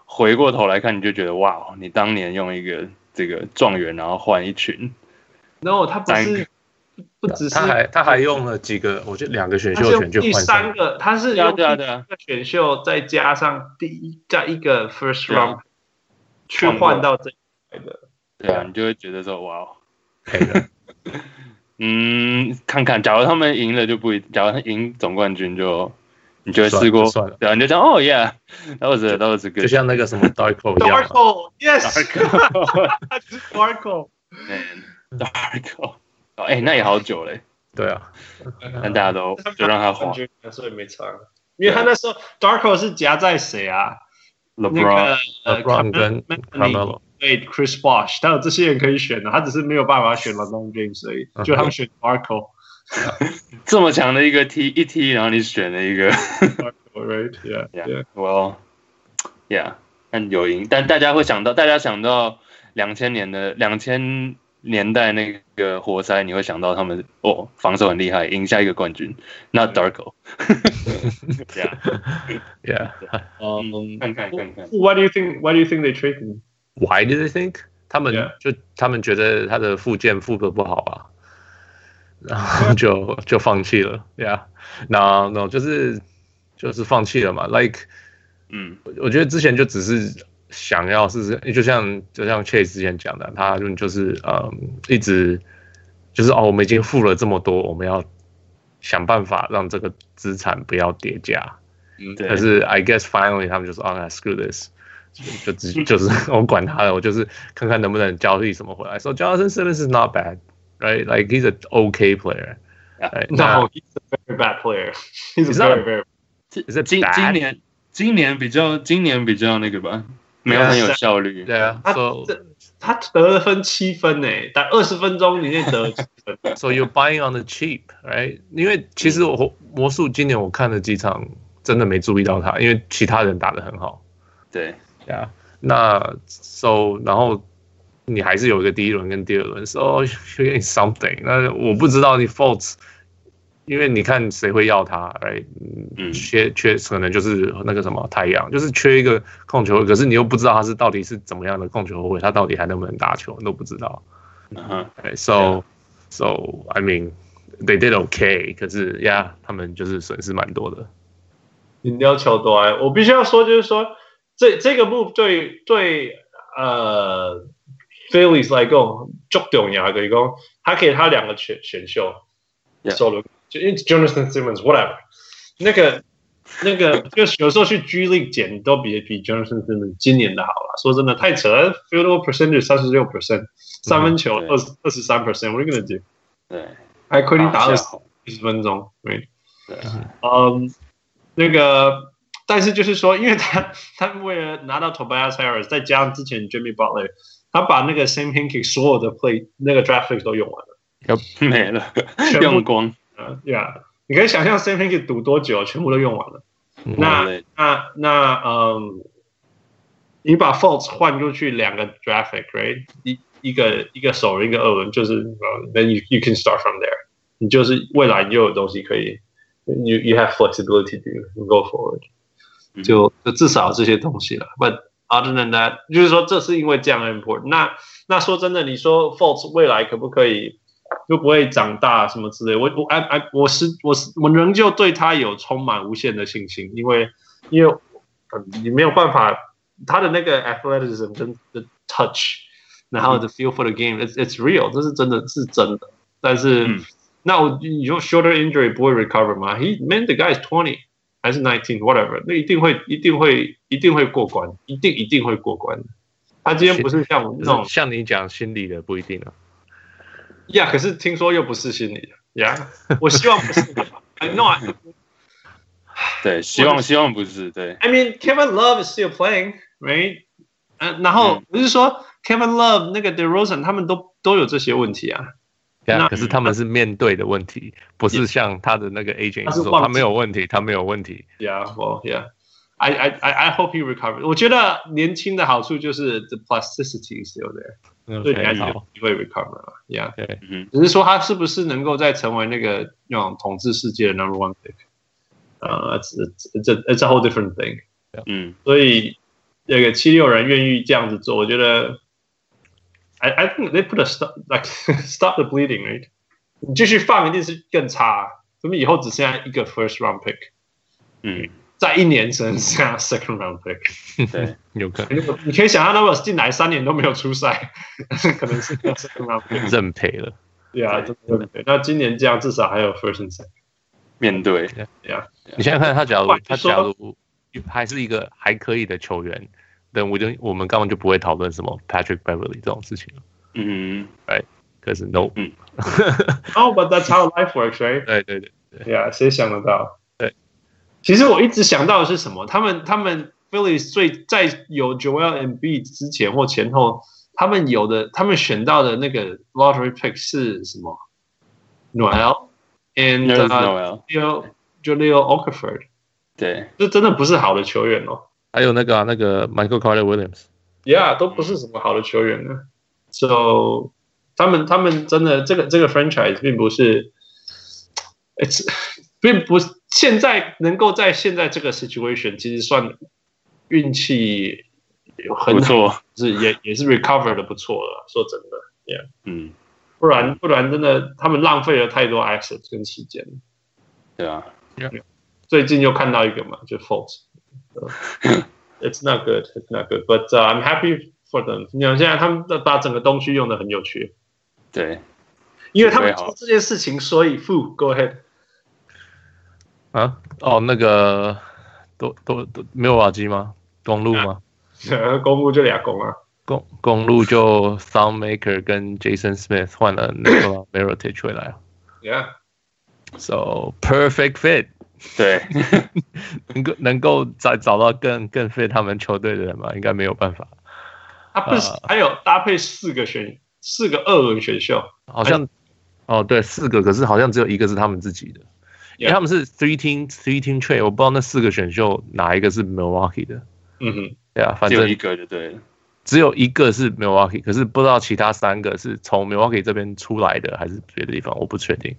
S5: 回过头来看，你就觉得哇，哦你当年用一个这个状元，然后换一群，
S4: No，他不
S5: 三
S4: 是
S5: 个
S4: 不只是
S2: 他还他还用了几个，我觉得两个选
S4: 他是
S2: 秀
S4: 用
S2: 权去
S4: 第
S2: 换
S4: 三
S2: 上。
S4: 个，他是
S5: 对啊
S4: 用
S5: 对啊对啊，
S4: 这个选秀再加上第一加一个 first
S5: 对啊
S4: round 去换到这一块的。
S5: 对啊，你就会觉得说哇，
S2: 配的。
S5: 嗯，看看，假如他们赢了就不一，假如他赢总冠军就你就会试过，
S2: 算了算了
S5: [laughs] 对啊，你就想哦，yeah，that was a, [laughs] that was
S2: [laughs]
S5: a
S2: 就
S5: good
S2: 像那个什么 Darko 一样啊嘛，
S4: Darko yes，
S5: dark [laughs]
S4: 他就是 Darko。
S5: man dark，哦 [laughs] 哎、那也好久嘞，
S2: 对啊，
S5: 但大家都就让他滑
S4: 冠。军所以没差，因为他那时候 Darko 是夹在谁啊？那
S5: LeBron，
S4: 个呃
S2: LeBron 跟
S4: Anthony
S2: Carmelo，
S4: 对 Chris Bosh，他有这些人可以选的，他只是没有办法选 LeBron James 而
S2: 嗯
S4: 已，就他们选 Darko。
S5: 这么强的一个 T 一 T，然后你选了一个
S4: Right, yeah, yeah.
S5: ，Well，yeah，但有赢，但大家会想到，大家想到两千年的两千年代那个活塞，你会想到他们哦，防守很厉害，赢下一个冠军。那 Darko，对啊，
S2: ，Yeah，
S4: Um,
S5: 看看看看，
S2: 嗯
S5: 嗯
S4: why do you think? Why do you think they trade him?
S2: Why did they think? 他们
S4: Yeah.
S2: 就他们觉得他的复健复的不好啊，然后就就放弃了，Yeah，那那就是就是放弃了嘛，Like
S5: 嗯
S2: 我觉得之前就只是想要试试，就像就像 Chase 之前讲的，他就就是嗯，一直就是哦，我们已经付了这么多，我们要想办法让这个资产不要叠加。
S5: 嗯，对，
S2: 可是 I guess finally 他们就说哦，那 screw this。就只就是 [laughs] 我管他了，我就是看看能不能交易什么回来。So Jonathan Simmons is not bad, right? Like he's an okay player. Right? 那
S4: No, he's a very bad player. [laughs] He's a
S2: He's not-
S4: very very.
S5: 今
S2: Is it
S5: 今
S2: bad?
S5: 今年今年比较今年比较那个吧，没有
S2: Yeah.
S5: 很有效率。
S2: 啊对啊
S4: 他
S2: ，So
S4: 这他得了分七分诶，打二十分钟里面得了七 [laughs]
S2: [laughs]
S4: 分。
S2: So you're buying on the cheap, right？因为其实我魔术今年我看了几场，真的没注意到他，因为其他人打得很好，
S5: 对，
S2: 对啊。那 So 然后你还是有一个第一轮跟第二轮，So [laughs] you're getting something。那我不知道你 faults，因为你看谁会要他，right？
S5: 嗯
S2: 缺缺可能就是那个什么太阳，就是缺一个控球，可是你又不知道他是到底是怎么样的控球后卫，他到底还能不能打球都不知道。
S5: 嗯哼
S2: Right, so, so I mean, they did okay. 可是呀，他们就是损失蛮多的。
S4: 赢掉球多哎，我必须要说，就是说这这个 move 对对呃 Phillies 来讲足重要，就是讲他给他两个选选秀
S5: Yeah.
S4: 首轮，就因为 Jonathan Simmons whatever 那个。那个就是有时候去 G League 捡都比比 Jonathan Simmons 今年的好了。说真的，太扯了，field goal percentage 三十六 percent，三分球二十二十三 percent，我就跟你讲，
S5: 对，
S4: 还亏你打
S5: 打
S4: 二
S5: 一
S4: 十
S5: 下好
S4: 十分钟，对。
S5: 对啊，
S4: 嗯，那个，但是就是说，因为他 [laughs] 他们为了拿到 Tobias Harris，再加上之前 Jimmy Butler，他把那个 Sam Hinkie 所有的 play 那个 draft pick 都用完了。
S5: [laughs] 没了
S4: 全，部
S5: 用光。
S4: 嗯，Yeah，你可以想象 Sam Hinkie 赌多久，全部都用完了。那
S5: 好累
S4: 那那嗯，你把 Faults 换出去两个 draft pick，right？一一个一个首轮，一个二轮，就是呃 then you you can start from there。你就是未来你就有东西可以，you you have flexibility to go forward
S5: 嗯
S4: 就。就至少这些东西了。But other than that，就是说这是因为这样很 important。那那说真的，你说 Faults 未来可不可以就不会长大什么之类？我我 I I 我是我是我仍旧对他有充满无限的信心，因为因为、呃你没有办法，他的那个 athleticism 跟 the touch，然后 the feel for the game，it's it's real，这是真的是真的。但是、
S5: 嗯
S4: 那我你说 shoulder injury 不会 recover 吗？He man the guy is twenty 还是 nineteen whatever，那一定会一定会一定会过关，一定一定会过关的。他今天不是像我们
S2: 就
S4: 这
S2: 是
S4: 种
S2: 像你讲心理的不一定啊。
S4: 呀可是听说又不是心理 [laughs] 的呀我希望不是。I know. I,
S5: 对，希望希望不是对，
S4: I mean, Kevin Love is still playing, right? 呃，然后
S5: 嗯
S4: 不是说 Kevin Love 那个 DeRozan 他们都都有这些问题啊。
S2: 对啊
S4: 那
S2: 可是他们是面对的问题，不是像他的那个 agent
S4: 他是
S2: 说
S4: 忘记
S2: 他没有问题，他没有问题。
S4: Yeah, well, yeah. I I I I hope he recovers. 我觉得年轻的好处就是 the plasticity is still there，所以你还
S2: OK，
S4: 是有
S2: 好，
S4: 机会 recover 嘛。Yeah，
S2: 对，
S5: 嗯
S4: 只是说他是不是能够再成为那个那种统治世界的 number one pick？呃、uh,，it's it's it's a, it's a whole different thing。
S5: 嗯，
S4: 所以那个七六人愿意这样子做，我觉得，I I think they put a stop like [laughs] stop the bleeding right。你继续放一定是更差、怎么以后只剩下一个 first round pick，
S5: 嗯，
S4: 在一年只能剩下 second round pick。
S5: 对，
S2: 有可能
S4: 如果你可以想象，如果进来三年都没有出 [laughs] 赛，可能是 second round pick。
S2: 认赔了。
S4: 对啊，真的对。那今年这样至少还有 first and second。
S5: 面对，
S2: 你想想看，他假如
S4: 换句
S2: 他
S4: 说
S2: 假如还是一个还可以的球员，等我就我们刚刚就不会讨论什么 Patrick Beverly 这种事情了。
S5: 嗯，
S2: 可是 no，
S5: 嗯
S4: Oh, but that's how life works, [laughs] right?
S2: 对对对，
S4: 对啊，谁想得到？
S2: 对，
S4: 其实我一直想到的是什么？他们他们 Phillies 最在有 Joel Embiid 之前或前后，他们有的他们选到的那个 lottery pick 是什么？Noel and
S5: n o
S4: uh,
S5: Noel，
S4: Julio Julio o k e f o r d
S5: 对，
S4: 这真的不是好的球员哦。
S2: 还有那个啊、那个 Michael Carter Williams。
S4: Yeah，都不是什么好的球员呢。So 他们他们真的这个这个 franchise 并不是，it's [laughs] 并不是现在能够在现在这个 situation 其实算运气有很
S5: 不错，
S4: 是也也是 recover 的不错了，说真的，
S5: 嗯，
S4: 不然不然真的他们浪费了太多 assets 跟时间。
S5: 对啊，
S4: 最近又看到一个嘛，就 Fox。It's not good, it's not good, but、I'm uh, happy for them。你看现在他们把整个东区用的很有趣，
S5: 对，
S4: 因为他们做这件事情，所以 Fu go ahead。 [laughs]
S2: 啊，哦，那个多多多没有瓦基吗？公路吗？
S4: 公路就俩公啊，
S2: 公公路就 Sound Maker 跟 Jason Smith 换了 Nicola Meritage 回来了
S4: yeah，
S2: ，so perfect fit，
S5: 对，
S2: 能够能够再找到更更 fit 他们球队的人吗？应该没有办法，
S4: 他啊不是还有搭配四个选四个二轮选秀，
S2: 好像哦对，四个，可是好像只有一个是他们自己的。因为
S4: Yeah
S2: 他们是 three team three team trade，我不知道那四个选秀哪一个是 Milwaukee 的，
S4: 嗯哼，
S2: 对啊，反
S5: 只有
S2: 正
S5: 一个就对了，
S2: 只有一个是 Milwaukee，可是不知道其他三个是从 Milwaukee 这边出来的还是别的地方，我不确定。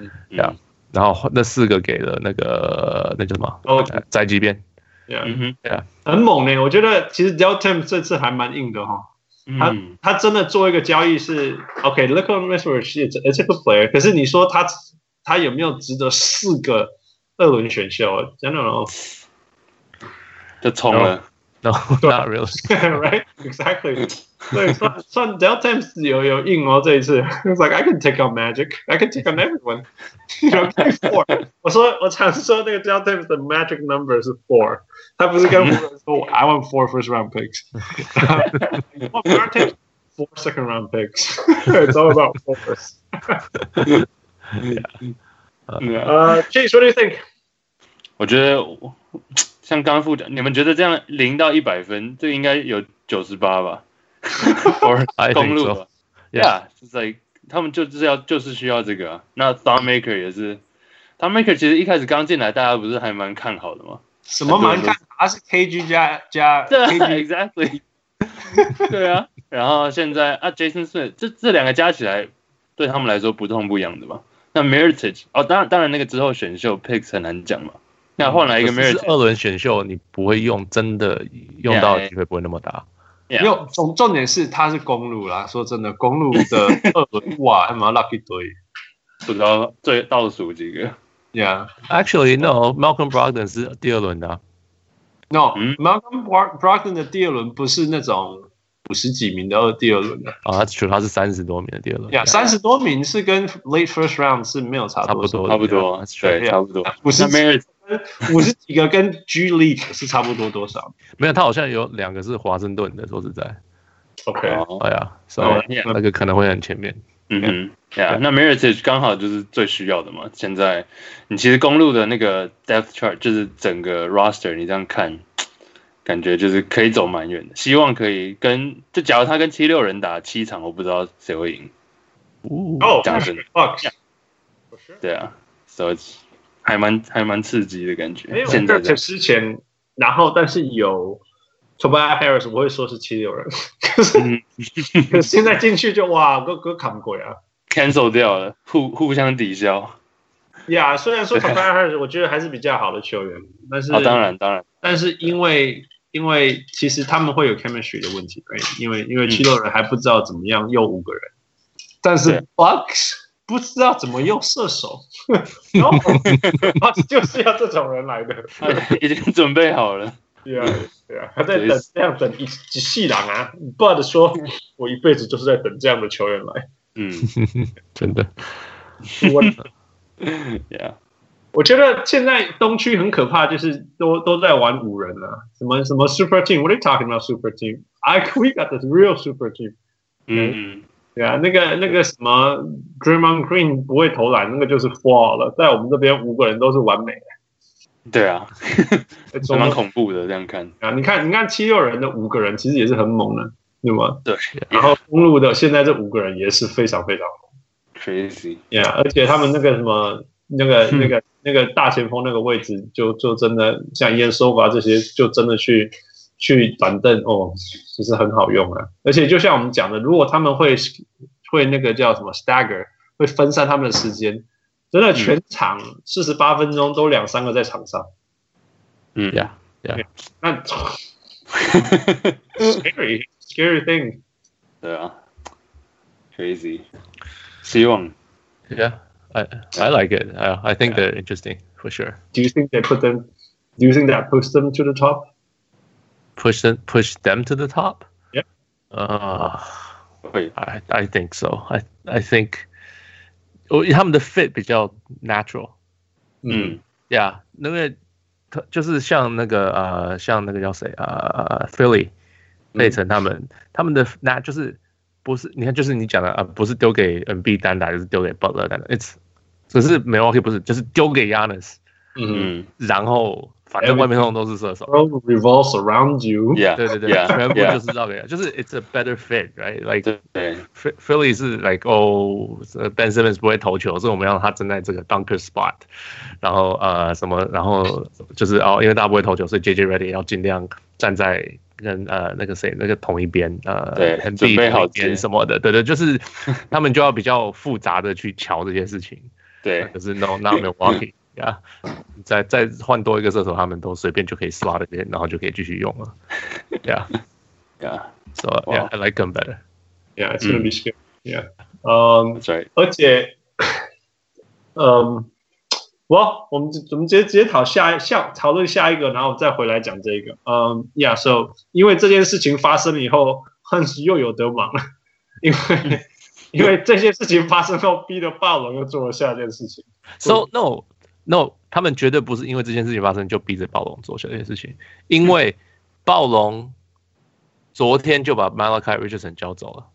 S5: 嗯
S2: Yeah 然后那四个给了那个那叫什么？
S4: 哦
S2: 呃宅急便。
S4: ，yeah，
S5: 嗯哼，
S4: 很猛呢、我觉得其实 Del Tem 这次还蛮硬的哈、
S5: 嗯，
S4: 他真的做一个交易是 OK，Look、on Mesmer 是 it's a good player，可是你说他他有没有值得四个二轮选秀？I don't [laughs] know，right
S5: 就冲了，
S2: No, [laughs]
S5: 啊
S2: not really.
S4: exactly 对。算算 Del Temps 有有硬哦，这一次 it's like I can take on Magic，I can take on everyone，you [laughs] know give me four。我 [laughs] 说我常说那个 Del Temps 的 Magic number 是 four，他不是跟湖人说 Oh, I want four first round picks，我 want Del Temps four second round picks，it's [laughs] all about fours。
S5: 嗯啊
S4: 呃 j a c e what do you think？
S5: 我觉得我像刚刚副讲，你们觉得这样零到一百分，这应该有九十八吧？Or
S2: I think
S5: 公路
S2: so.
S5: 啊吧 Yeah，就是 like 他们就是要就是需要这个、啊。那 Thumb Maker 也是，Thumb Maker 其实一开始刚进来，大家不是还蛮看好的吗？
S4: 什么蛮看？他是 KG 加
S2: [laughs]
S4: 加
S5: 对啊
S4: KG，
S5: ，Exactly，对啊。然后现在啊，Jason Smith 这这两个加起来，对他们来说不痛不痒的嘛。那 Meritage 哦，当然当然那个之后选秀 picks 很难讲嘛。那换来一个
S2: 可是是
S5: Meritage，
S2: 二轮选秀，你不会用，真的用到的机会不会那么大。
S5: Yeah
S4: 没有重重点是他是公路啦。说真的，公路的二轮哇， [laughs] 还蛮 lucky 堆
S5: 不知道最倒数几个。
S4: ，Yeah。
S2: Actually, no, Malcolm Brogdon 是第二轮的啊、
S5: 嗯
S4: No，Malcolm Bro- Brogdon 的第二轮不是那种五十几名的二第二轮的，
S2: 哦，他主他是三十多名的第二轮。
S4: 呀，三十多名是跟 late first round 是没有差
S2: 差不
S4: 多，
S2: 多，
S5: 差不多
S2: Yeah,，that's true
S5: 对，差不多。
S4: 五十
S5: 那 Merit
S4: 五十几个跟 G League 是差不多多少
S2: 没有，他好像有两个是华盛顿的，说实在，
S4: ？OK，
S5: 哦，
S2: 哎呀，所
S5: 哦
S2: 以
S5: yeah
S2: 那个可能会很前面。
S5: 嗯哼，Yeah，那 Merit 刚好就是最需要的嘛。现在你其实公路的那个 Depth Chart 就是整个 roster，你这样看，感觉就是可以走蛮远的。希望可以跟就假如他跟七六人打七场，我不知道谁会赢。
S2: 哦
S4: 哦 [laughs]
S5: 讲真的
S4: ，Bucks，
S5: 对啊，So it's 还蛮还蛮刺激的感
S4: 没
S5: 觉。
S4: 有
S5: 现在这
S4: Dirk
S5: 样
S4: 之前，然后但是有 Tobias Harris，我会说是七六人，可是、 [laughs]
S5: 嗯
S4: 可是现在进去就哇，哥哥扛鬼啊！
S5: cancel 掉了，互互相抵消。
S4: 呀、yeah,，虽然说 Tobias Harris 我觉得还是比较好的球员，但是、
S5: 哦，当，然当然，
S4: 但是因为因为其实他们会有 chemistry 的问题，right？因为因为七六人还不知道怎么样用五个人，但是
S5: 对
S4: Bucks 不知道怎么用射手 [laughs] 然后 Bucks 就是要这种人来的。
S5: 他 [laughs] 已经准备好了。
S4: 对啊，对啊，他在等这样等一一系狼啊。Bud 说，我一辈子就是在等这样的球员来。
S5: 嗯
S2: 真的，
S4: 我
S5: ，Yeah。
S4: 我觉得现在东区很可怕，就是都都在玩五人啊，什么什么 Super Team，What are you talking about Super Team？I [laughs] we got this real Super team。
S5: 嗯，
S4: 对啊，那个那个什么 Draymond Green 不会投篮，那个就是 fall 了。在我们这边五个人都是完美
S5: 对啊， [laughs]
S4: 的，
S5: 还蛮恐怖的，这样看。
S4: [laughs] 啊！你看你看七六人的五个人其实也是很猛的，对吗？
S5: 对，
S4: 然后公路的现在这五个人也是非常非常。
S5: crazy，
S4: Yeah，而且他们那个什么，那个、
S5: 嗯
S4: 那个、那个大前锋那个位置就，就真的像验收吧这些，就真的去去板凳哦，其实很好用啊。而且就像我们讲的，如果他们会会那个叫什么 stagger，会分散他们的时间，真
S5: 嗯
S4: 的全场四十八分钟都两三个在场上，
S5: 嗯
S2: 呀，
S4: 那 scary scary thing。
S5: [laughs] 对啊，crazy，希望
S2: Yeah, I I like it. I I think they're interesting for sure.
S4: Do you think they put them? Do you think that puts them to the top?
S2: Push them push them to the top.
S4: Yeah.
S2: Uh,
S5: 会
S2: I I think so. I I think oh，他们的 fit 比较 natural.
S5: 嗯
S2: Yeah，那个他就是像那个呃，像那个叫谁呃呃，Philly
S5: 嗯
S2: 费城他们、他们的那就是不是你看就是你讲的啊、呃不是丢给 NB 单打，就是丢给 Butler 单打，It's 只是 Milwaukee 不是，就是丢给 Yanis，
S4: 嗯
S5: 嗯
S2: 然后反正外面通通都是射手。
S4: ，world revolves around you。
S5: 嗯，Yeah，
S2: 对对对
S5: yeah,
S2: 全部
S5: yeah
S2: 就是绕给就是 it's a better fit，right？Like
S5: 对对
S2: Ph- Philly 是 like 哦呃，Ben Simmons 不会投球，所以我们要让他站在这个 dunker spot，然后呃什么，然后就是哦，因为大家不会投球，所以 JJ Reddy 要尽量站在跟呃那个谁那个同一边，呃
S5: 对
S2: n
S5: 准
S2: b
S5: 备
S2: 同
S5: 好
S2: 一边
S5: 接
S2: 什么的，对对，就是他们就要比较复杂的去瞧这些事情。
S5: 对
S2: 可是 no not Milwaukee [laughs] 呀、yeah,，再再换多一个射手，他们都随便就可以 slot 这些，然后就可以继续用了。Yeah，so
S5: ，Yeah，that's
S2: yeah I like them better。
S4: Yeah, it's gonna be scary. Yeah. Um,
S5: right，
S4: 而且， [coughs] 嗯，我我们我们直接直接讨下下讨论下一个，然后我们再回来讲这个。嗯，Yeah, so 因为这件事情发生了以后，汉斯又有得忙 [laughs] 了，因为因为这件事情发生后，逼得霸王又做了下一件事情。
S2: So no no，他们绝对不是因为这件事情发生就逼着暴龙做这件事情，因为暴龙昨天就把 Malachi Richardson 交走了，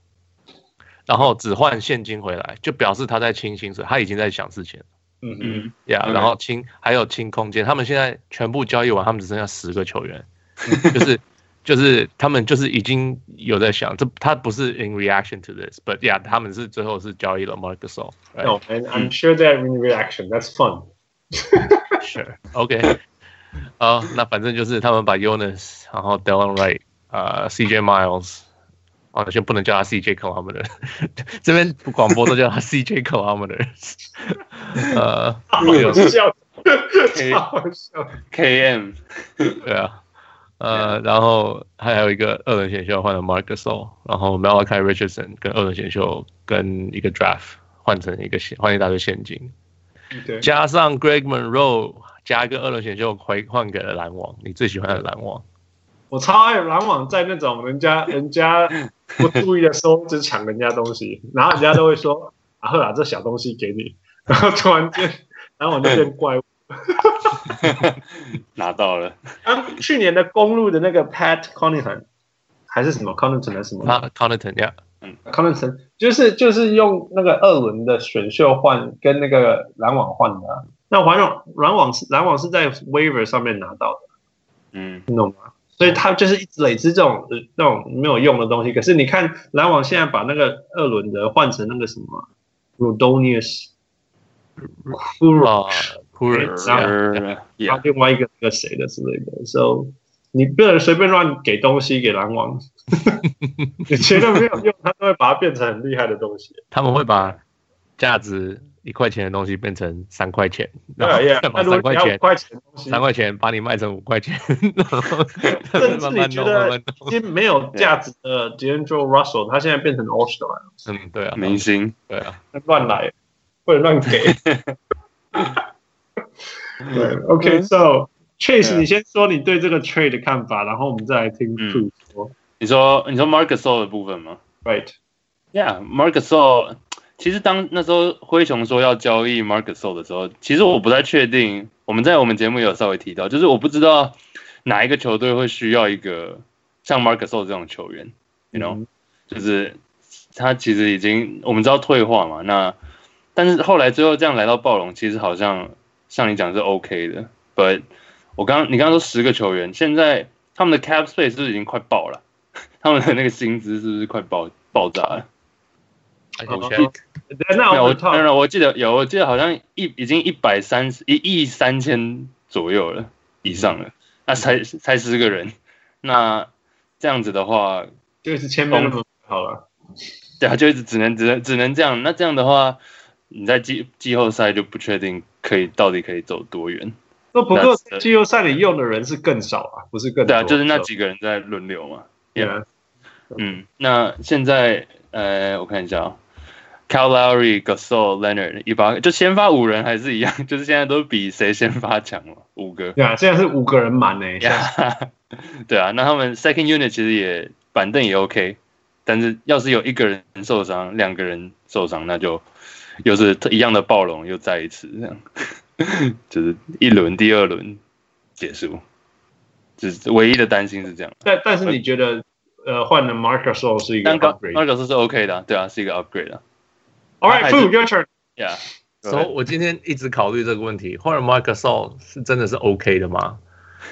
S2: 然后只换现金回来，就表示他在清薪水，他已经在想事情了。
S4: 嗯哼
S5: 嗯，
S2: 呀、
S5: OK
S2: 然后清还有清空间，他们现在全部交易完，他们只剩下十个球员，就是就是他们就是已经有在想，这他不是 in reaction to this，but yeah，他们是最后是交易了 Marcus Gasol，right？
S4: No, and I'm sure that in reaction, that's fun.
S2: Sure. OK. 好，那反正就是他们把 Jonas，然后 Delon Wright，呃，CJ Miles，啊，先不能叫他 CJ Kilometer，这 [laughs] 边广播都叫他 [laughs] CJ Kilometer，呃，
S4: 好 [laughs] 有笑，
S5: [laughs] K
S4: 超好笑。
S5: KM，
S2: 对啊，呃，然后还有一个二轮选秀换了 Marcus Gasol，然后 Malachi Richardson 跟二轮选秀跟一个 Draft 换成一个现换一大堆现金，
S4: 对，
S2: 加上 Greg Monroe 加一个二轮选秀回换给了篮网，你最喜欢的篮网。
S4: 我超爱篮网在那种人家人家不注意的时候就抢人家东西，然后人家都会说：“啊赫啊，这小东西给你。”然后突然间篮网就变怪物。
S5: [laughs] 拿到了，
S4: 啊，去年的公路的那个 Pat Connaughton 还是什么 Connaughton 还是什么
S2: 那 Connaughton 呀，
S4: Connaughton，就是就是用那个二轮的选秀换跟那个篮网换的啊、那环网篮网是篮网是在 Waiver 上面拿到的。
S5: 嗯
S4: 你懂吗？所以他就是一直累积这种呃那种没有用的东西。可是你看篮网现在把那个二轮的换成那个什么 Rodonius k u r a
S2: 啊 c o u r
S4: 然后
S5: ，Yeah，
S4: 另外一个那个谁的之类的，so 你不能随便乱给东西给篮
S2: [laughs]
S4: 网，你觉得没有用，他都会把它变成很厉害的东西。
S2: 他们会把价值一块钱的东西变成三块钱，
S4: 对
S2: 然后
S4: 呀
S2: 再，
S4: 那
S2: 把
S4: 如
S2: 三
S4: 果你
S2: 块
S4: 要
S2: 钱
S4: 五。块钱的东西，
S2: 三块钱把你卖成五块钱，然 [laughs] 后
S4: 甚至
S2: [laughs] 慢
S4: 你
S2: 慢
S4: 觉
S2: 弄，
S4: 得
S2: 慢慢
S4: 已
S2: 弄。
S4: 经没有价值的 D'Angelo Russell，他现在变成 All Star 了，
S2: 嗯，对啊，
S5: 明星，
S2: 对啊，
S4: 乱来或者乱给。对，OK，so、Chase，、
S5: 对啊
S4: 你先说你对这个 trade 的看法，然后我们再来听
S5: 嗯
S4: Fu 说。
S5: 你说你说 Marcus o 的部分吗？
S4: Right，
S5: Yeah, Marcus o 其实当那时候灰熊说要交易 Marcus o 的时候，其实我不太确定。我们在我们节目有稍微提到，就是我不知道哪一个球队会需要一个像 Marcus o 这种球员，you know，、
S4: 嗯
S5: 就是他其实已经我们知道退化嘛。那但是后来最后这样来到暴龙，其实好像像你讲是 OK 的。But 我刚你刚刚说十个球员，现在他们的 cap space 是不是已经快爆了？ [laughs] 他们的那个薪资是不是快爆爆炸了？
S2: 我
S4: 好
S2: 先
S5: 没
S4: 那
S5: 有，
S4: 我
S5: 我
S4: 们
S5: 没
S4: talk，
S5: 有，我记得有，我记得好像一已经一百三十一亿三千左右了，以上了。那才才十个人，那这样子的话，
S4: 就是签名那么好了。
S5: 对啊，就一直只能只能只能这样。那这样的话，你在季季后赛就不确定可以到底可以走多远。
S4: 那说不过
S5: That's the-
S4: 季后赛里用的人是更少啊，不是更
S5: 对
S4: 多
S5: 啊，就是那
S4: so-
S5: 几个人在轮流嘛。
S4: Yeah，
S5: 嗯，那现在呃，我看一下啊、c a l Lowry、Gasol、Leonard 一把就先发五人还是一样，就是现在都比谁先发强了，五个。
S4: 对啊，现在是五个人满呢、
S5: 呀，对啊，那他们 second unit 其实也板凳也 OK，但是要是有一个人受伤，两个人受伤，那就又是一样的暴龙又再一次这样，就是一轮第二轮结束，只是唯一的担心是这样。
S4: 但但是你觉得呃换了 Marcus Gasol 是一个
S5: 但高
S4: upgrade？All
S5: 高脚是是 OK 的啊、对啊，是一个 upgrade 啊
S4: right, food your turn。 [laughs]
S5: ，Yeah，
S2: 所、so, 以我今天一直考虑这个问题，换了 Marcus Gasol 是真的是 OK 的吗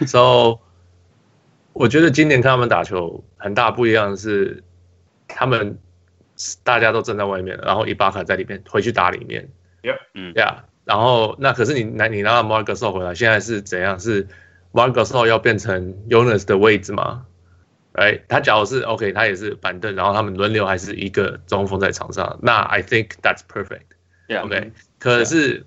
S2: ？So，我觉得今年看他们打球很大不一样的是，他们大家都站在外面，然后伊巴卡在里面回去打里面。
S4: Yep
S5: 嗯
S2: 对啊。然后那可是你拿你拿 Marcus Gasol 回来，现在是怎样？是 Marcus Gasol 要变成 Jonas 的位置吗？哎，他假如是 OK，他也是板凳，然后他们轮流还是一个中锋在场上，那 I think that's perfect。
S5: Yeah，
S2: OK，可
S5: 啊
S2: 是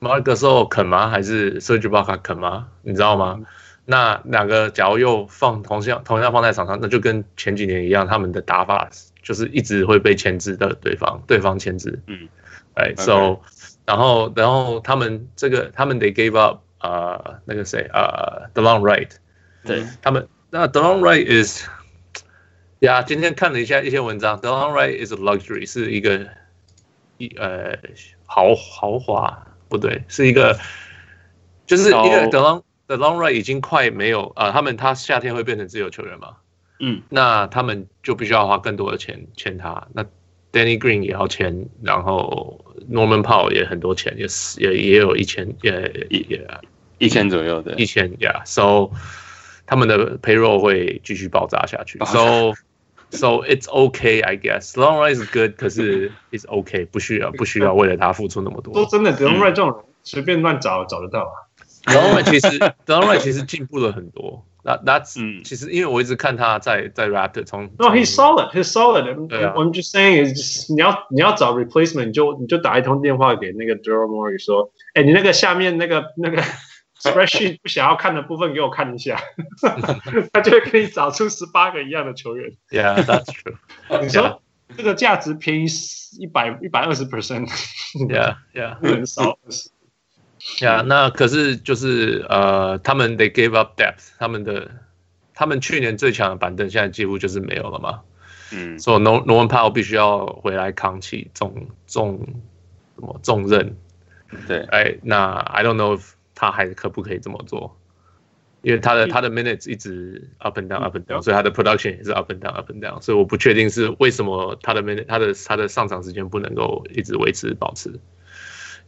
S2: Marcus o 肯吗？还是 Serge b a c a 肯吗？你知道
S5: 嗯
S2: 吗？那两个假如又放同样同样放在场上，那就跟前几年一样，他们的打法就是一直会被牵制的对方，对方牵制。
S5: 嗯
S2: 哎
S5: OK
S2: ，So，然后然后他们这个他们得 give up 啊那个谁啊 The Long Right，
S5: 对，
S2: 他们那 The Long Right is，呀，今天看了一下一些文章，The Long Right is a luxury 是一个一呃豪豪华不对，是一个就是因为
S5: 高
S2: The Long The Long Right 已经快没有啊、呃他们他夏天会变成自由球员嘛，
S5: 嗯，
S2: 那他们就必须要花更多的钱签他。那 Danny Green 也要签，然后 Norman Powell 也很多钱，也是也也有一千也也也
S5: 一千左右的
S2: 一，千呀，so 他们的 payroll 会继续爆炸下去
S5: 爆炸
S2: ，so so it's okay I guess long run is good，可是 it's okay 不需
S5: [laughs]
S2: 要不需要为了他付出那么
S4: 说
S2: 多。
S4: 真的 d e l o r 这种人随便乱找找得到啊。
S2: long run 其实 long run 其实进步了很多，那 that's
S5: 嗯
S2: 其实因为我一直看他在在 Raptor 从
S4: No, he's
S2: 从
S4: solid. He's solid. I'm,
S2: 对啊
S4: I'm just saying, is just, 你要你要找 replacement，你就你就打一通电话给那个 d e r m o r y 说，哎，你那个下面那个那个 [laughs] spreadsheet 不想要看的部分给我看
S2: [laughs]
S4: 一下，他就会给你找出十八个一样的球员。
S2: yeah that's true
S4: 你
S2: Yeah.
S4: 说这个价值便宜一百一百二十 percent，
S2: yeah yeah
S4: 很少。
S2: yeah 那可是就是呃他们 they gave up depth 他们的他们去年最强的板凳现在几乎就是没有了嘛。
S5: 嗯
S2: 所以罗罗文帕奥必须要回来扛起重重什么重任。
S5: 对
S2: 哎，那 I don't know if 他还可不可以这么做，因为他的他的 minutes 一直 up and down up and down，所以他的 production 也是 up and down up and down，所以我不确定是为什么他的 minute 他的他的上场时间不能够一直维持保持。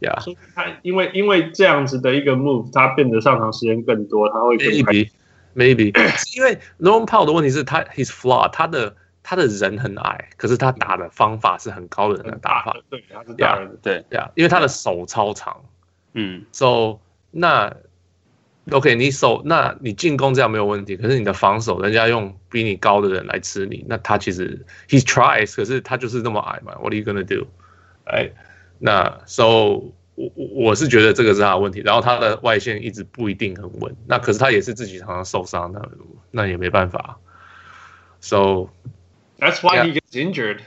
S2: 呀、
S4: 说他因为因为这样子的一个 move，他变得上场时间更多，他会更快。
S2: maybe maybe，是因为 Norman Powell 的问题是他 he's flawed，他的他的人很矮，可是他打的方法是很高人的
S4: 很
S2: 打
S4: 大
S2: 法，
S4: 的，对，他是大人的。
S2: 对啊，因为他的手超长，
S5: 嗯
S2: so 那 OK，你手，那你进攻这样没有问题，可是你的防守，人家用比你高的人来吃你，那他其实 he tries，可是他就是那么矮嘛，What are you gonna do？哎，那 so 我我我是觉得这个是他的问题，然后他的外线一直不一定很稳，那可是他也是自己常常受伤，那那也没办法，so
S4: That's why
S2: Yeah.
S4: he
S2: [laughs]
S4: gets injured.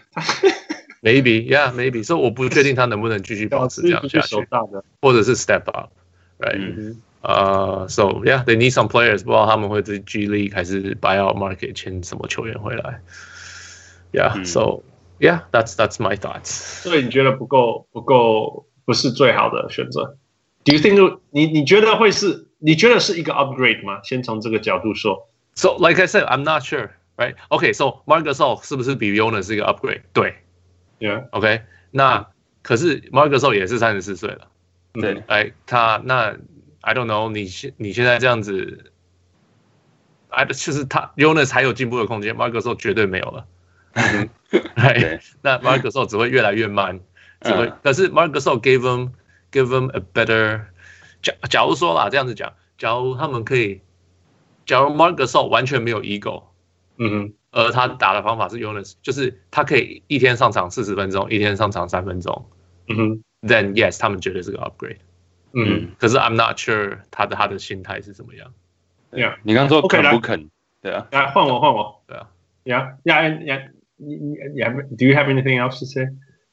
S2: maybe yeah maybe，so 我不确定他能不能继续保持这
S4: [laughs]
S2: 样下
S4: 手
S2: 去，
S4: 大的。
S2: 或者是 step up，right？、
S5: 嗯
S2: 呃、s o yeah, they need some players，不知道他们会对 G League 还是 buyout market 签什么球员回来。Yeah,、
S5: 嗯
S2: so yeah, that's that's my thoughts.
S4: 所以你觉得不够不够不是最好的选择？Do you think 你你觉得会是你觉得是一个 upgrade 吗？先从这个角度说，
S2: So like I said, I'm not sure, right? Okay, so Marc Gasol 是不是比 Jonas 是一个 upgrade？对
S4: yeah.
S2: ，OK，那可是 Marc Gasol 也是三十四岁了，
S4: 嗯
S5: 对，
S2: 哎，他那 I don't know，你现你现在这样子。哎，就是他 Jonas 还有进步的空间 m a r c u s 绝对没有了。
S5: 对
S2: right？那 m a r c u s 只会越来越慢，只会。
S5: 嗯
S2: 可是 m a r c u s gave them give them a better。假假如说啦，这样子讲，假如他们可以，假如 m a r c u s 完全没有 ego，
S4: 嗯哼，
S2: 而他打的方法是 Jonas，就是他可以一天上场四十分钟，一天上场三分钟
S4: 嗯哼，
S2: ，then yes，他们绝对是个 upgrade。
S4: 嗯，
S2: 可是 I'm not sure 他的他的心态是怎么样。
S4: 呀，
S5: 你刚刚说
S4: OK，
S5: 肯
S4: 来
S5: 不肯？对啊，
S4: 来换我换我，
S2: 对啊，
S4: 呀呀呀，你你你还没，Do you have anything else to say？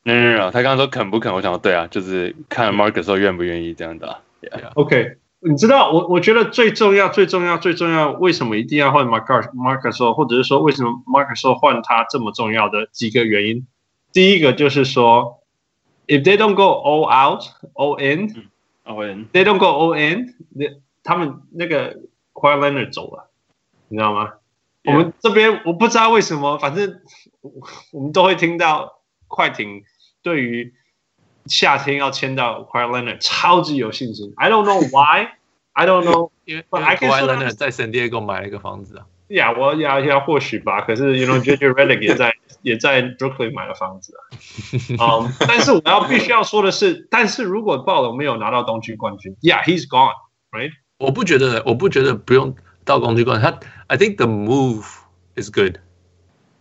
S5: 没有没有没有，他刚刚说肯不肯，我想说对啊，就是看 Marcus 说愿不愿意这样的啊、Yeah
S4: OK，你知道我我觉得最重要、最重要、最重要，为什么一定要换 Marcus Marcus，或者是说为什么 Marcus 换他这么重要的几个原因？第一个就是说，if they don't go all out, all in,
S5: 阿文，
S4: they don't go all in，they- 他们那个 q u i e l e n e r 走了，你知道吗我
S5: Yeah
S4: 们这边我不知道为什么，反正我我们都会听到快艇对于夏天要签到 q u i e l e n e r 超级有信心。I don't know why, I don't know. [laughs]
S2: 因为
S4: But
S2: 因为
S4: I can
S2: Kawhi
S4: still
S2: Leonard
S4: understand-
S2: 在 San Diego 买了一个房子啊，
S4: 呀，我呀呀，或许吧。可是，you know, JJ Redick 也在 [laughs] 也在 Brooklyn 买了房子啊。嗯，但是我要必须要说的是，但是如果暴龙没有拿到东区冠军，Yeah, he's gone, right?
S2: 我不觉得，我不觉得不用到工具冠，他 I think the move is good，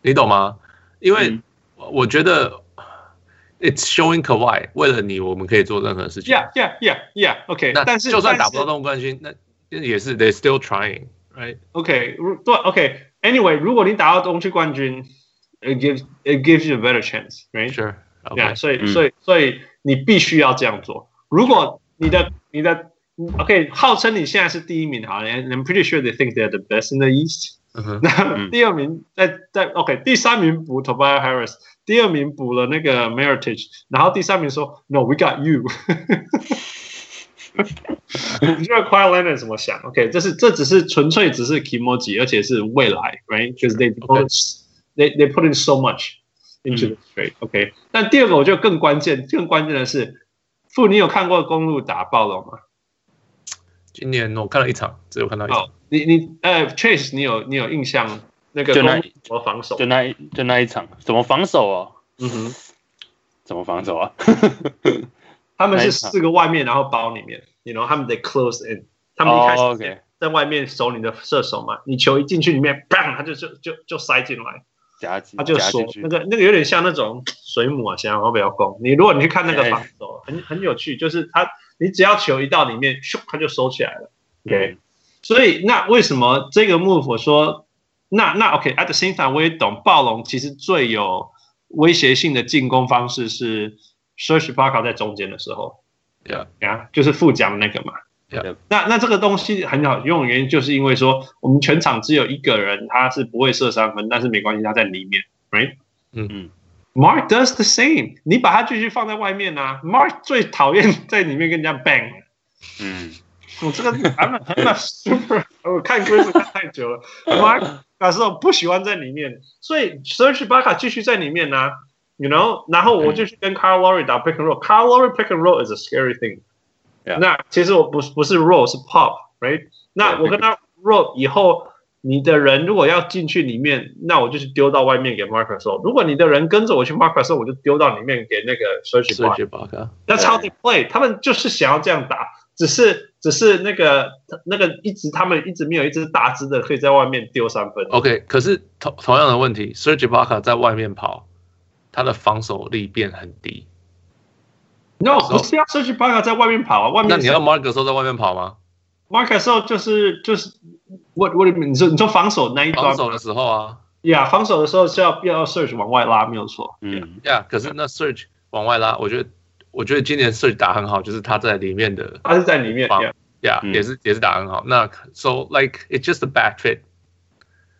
S2: 你懂吗？因为
S5: 嗯
S2: 我我觉得 it's showing Kawhi，为了你我们可以做任何事情。
S4: Yeah, yeah, yeah, yeah. OK，
S2: 那
S4: 但是
S2: 就算打
S4: 但是
S2: 不到总冠军，那也是 they still trying，right？
S4: OK，如对 OK，Anyway，、如果你打到东区冠军，it gives it gives you a better chance，right？
S2: Sure，
S4: Yeah，
S2: OK，
S4: 所以
S5: 嗯
S4: 所以所以你必须要这样做。如果你的你的 OK，号称你现在是第一名，好，and I'm pretty sure they think they're the best in the East。
S2: 嗯哼
S4: [laughs] 那
S5: 嗯
S4: 第二名在在 OK，第三名补 Tobias Harris，第二名补了那个 Meritage，然后第三名说 No，we got you 。你觉得 Quiet Leonard 怎么想？OK，这是这只是纯粹只是 emoji，而且是未来，right？Because they
S2: OK
S4: put they they put in so much into the trade。OK，但第二个我觉得更关键，更关键的是，傅，你有看过公路打爆了吗？
S2: 今年我看了一场，只有看到一场。
S4: 哦，你你呃，Chase，你有你有印象那个
S5: 就
S4: 公
S5: 那
S4: 路怎么防守
S5: 就？那一就那一场怎么防守哦？
S4: 嗯哼。
S5: 怎么防守啊？
S4: 他们
S5: 哪
S4: 是
S5: 一场
S4: 四个外面，然后包里面，you know，他们得 close in，他们一开
S5: 哦
S4: 始
S5: ，OK，
S4: 在外面守你的射手嘛，你球一进去里面，bang，他就就就就塞进来，
S5: 夹击
S4: 他就
S5: 嗯夹
S4: 锁
S5: 进去
S4: 那，个那个有点像那种水母啊，想要不要攻？你如果你去看那个
S5: 哎
S4: 防守，很很有趣，就是他你只要球一到里面，咻，他就收起来了，OK，所以那为什么这个 move 我说那那 OK，at、the same time 我也懂暴龙其实最有威胁性的进攻方式是 Serge Ibaka 在中间的时候。
S2: Yeah，
S4: 呀，就是副讲那个嘛。
S2: Yeah.
S4: 那那这个东西很好用的原因，就是因为说我们全场只有一个人他是不会射三分，但是没关系，他在里面，right？
S2: 嗯
S5: 嗯。
S4: Mark does the same，你把他继续放在外面啊。Mark 最讨厌在里面跟人家 bang，
S5: 嗯，
S4: [laughs] 我这个 I'm not- I'm not super，我看 Chris 看太久了，Mark 那时候不喜欢在里面，所以 Serge b a k a 继续在里面呢、啊、，you know，然后我就去
S5: 嗯
S4: 跟 Carl Lowry 打 pick and roll，Carl Lowry pick and roll is a scary thing。
S5: Yeah
S4: 那其实我不是不是 roll 是 pop，right？那
S5: Yeah，
S4: 我跟他 roll 以后，你的人如果要进去里面，那我就是丢到外面给 Marcus 说，如果你的人跟着我去 Marcus 说，我就丢到里面给那个 Serge b a k a
S2: 所以觉得 b a
S4: 那超级 play，他们就是想要这样打，只是只是那个那个一直他们一直没有一支大支的可以在外面丢三分。
S2: OK，可是同同样的问题，Serge b a k a 在外面跑，他的防守力变很低。
S4: No，
S2: So-
S4: 不是要 Serge b a a 在外面跑啊，外面
S2: 哦那你要 Mark 的时候在外面跑吗？
S4: Marcus 时候就是就是我我你说你说防守那一端
S2: 防守的时候啊
S4: 呀防守的时候是要要 Serge 往外拉，没有错。
S5: 嗯，
S2: ，Yeah，可是那 Surge 往外拉，我觉得我觉得今年 Surge 打很好，就是他在里面的
S4: 他是在里面
S2: 防
S4: ，yeah，
S2: ，Yeah，、
S5: 嗯
S2: 也是也是打很好。那 So like it's just a bad fit。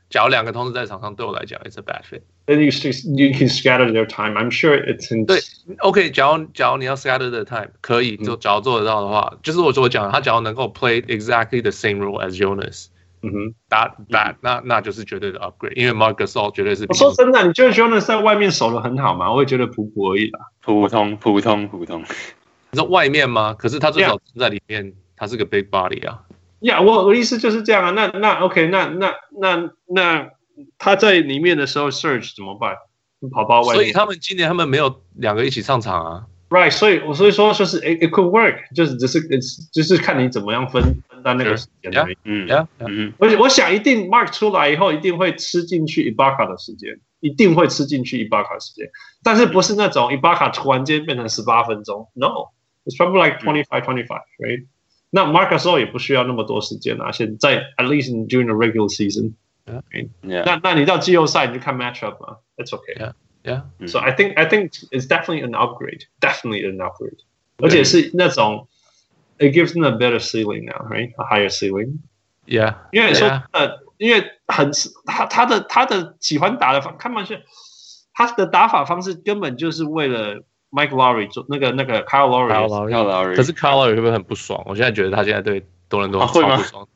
S2: 假如两个同时在场上，对我来讲，it's a bad fit。
S4: then you s- you can scatter their time. I'm sure it's in
S2: 对 OK，假如假如你要 scatter the time，可以，就假如做得到的话，就是我所讲的，他假如能够 play exactly the same role as Jonas，
S4: 嗯哼。
S2: that that 那那就是绝对的 upgrade，因为 Marcus All 绝对是比
S4: 我说真的，你觉得 Jonas 在外面守的很好吗？我也觉得普普而已啦。
S5: 普通普通普通，
S2: 你说外面吗？可是他至
S4: Yeah
S2: 少在里面，他是个 big body 啊。
S4: 呀、我我的意思就是这样啊。那那 OK，那那那那他在里面的时候，Surge 怎么办？跑到外
S2: 所以
S4: 面
S2: 他们今年他们没有两个一起上场啊。
S4: ，Right？所以我所以说就是 it it could work，就是只是就是看你怎么样分分担那
S2: Sure.
S4: 个时间而已。
S5: 嗯
S2: Yeah，
S5: 嗯，
S4: 我我想一定 Mark 出来以后，一定会吃进去 Ibaka 的时间，一定会吃进去 Ibaka 的时间，但是不是那种 Ibaka 突然间变成十八分钟，No， It's probably like twenty five, twenty five, right? 那 Mark Gasol 也不需要那么多时间啊，现在 at least in during the regular season，、
S2: Yeah.
S4: right?
S5: Yeah.
S4: 那那你到季后赛你就看 matchup 嘛，That's okay。
S2: Yeah，
S4: So I think I think it's definitely an upgrade, definitely an upgrade. 而且是那种 it gives them a better ceiling now, right? A higher ceiling.
S2: yeah，
S4: 因为说
S2: Yeah.
S4: 呃，因为很他他的他的喜欢打的方，看上去他的打法方式根本就是为了 Mike Lowry 做那个那个 Kyle
S2: Kyle
S4: Lowry，
S2: Lowry
S5: 要劳瑞，
S2: 可是 Color 会不会很不爽？我现在觉得他现在对多伦多
S5: 啊会
S2: 超
S5: 吗
S2: 不爽。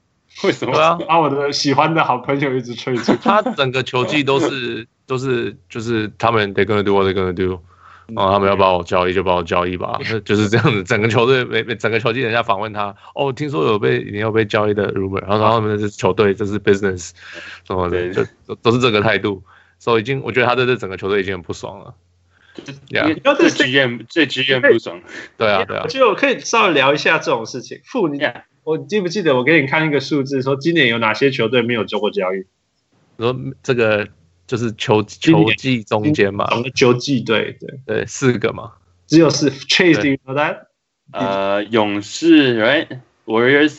S5: 为什
S2: 对
S5: 么？
S2: 啊，。
S4: 把我的喜欢的好朋友一直吹出
S2: 他整个球季都是都是就是他们 they gonna do what they gonna do，然后他们要把我交易就把我交易吧，那就是这样子。整个球队每每整个球季，人家访问他，哦，听说有被你有被交易的 rumor，然后说他们这是球队，这是 business 什么的，
S5: 对
S2: 就都都是这个态度。所以已经，我觉得他对这整个球队已经很不爽了。Yeah，
S4: 要
S5: 对 GM 对 GM 不爽。
S2: 对啊，对啊，
S4: 就可以稍微聊一下这种事情。傅，你
S5: Yeah，
S4: 我记不记得我给你看一个数字，说今年有哪些球队没有做过交易？
S2: 你说这个就是球
S4: 今年
S2: 球季中间嘛，
S4: 总共九季队，对，
S2: 对，四个嘛，
S4: 只有是 Chase，
S2: 对
S4: you know that？
S5: 呃，勇士 right Warriors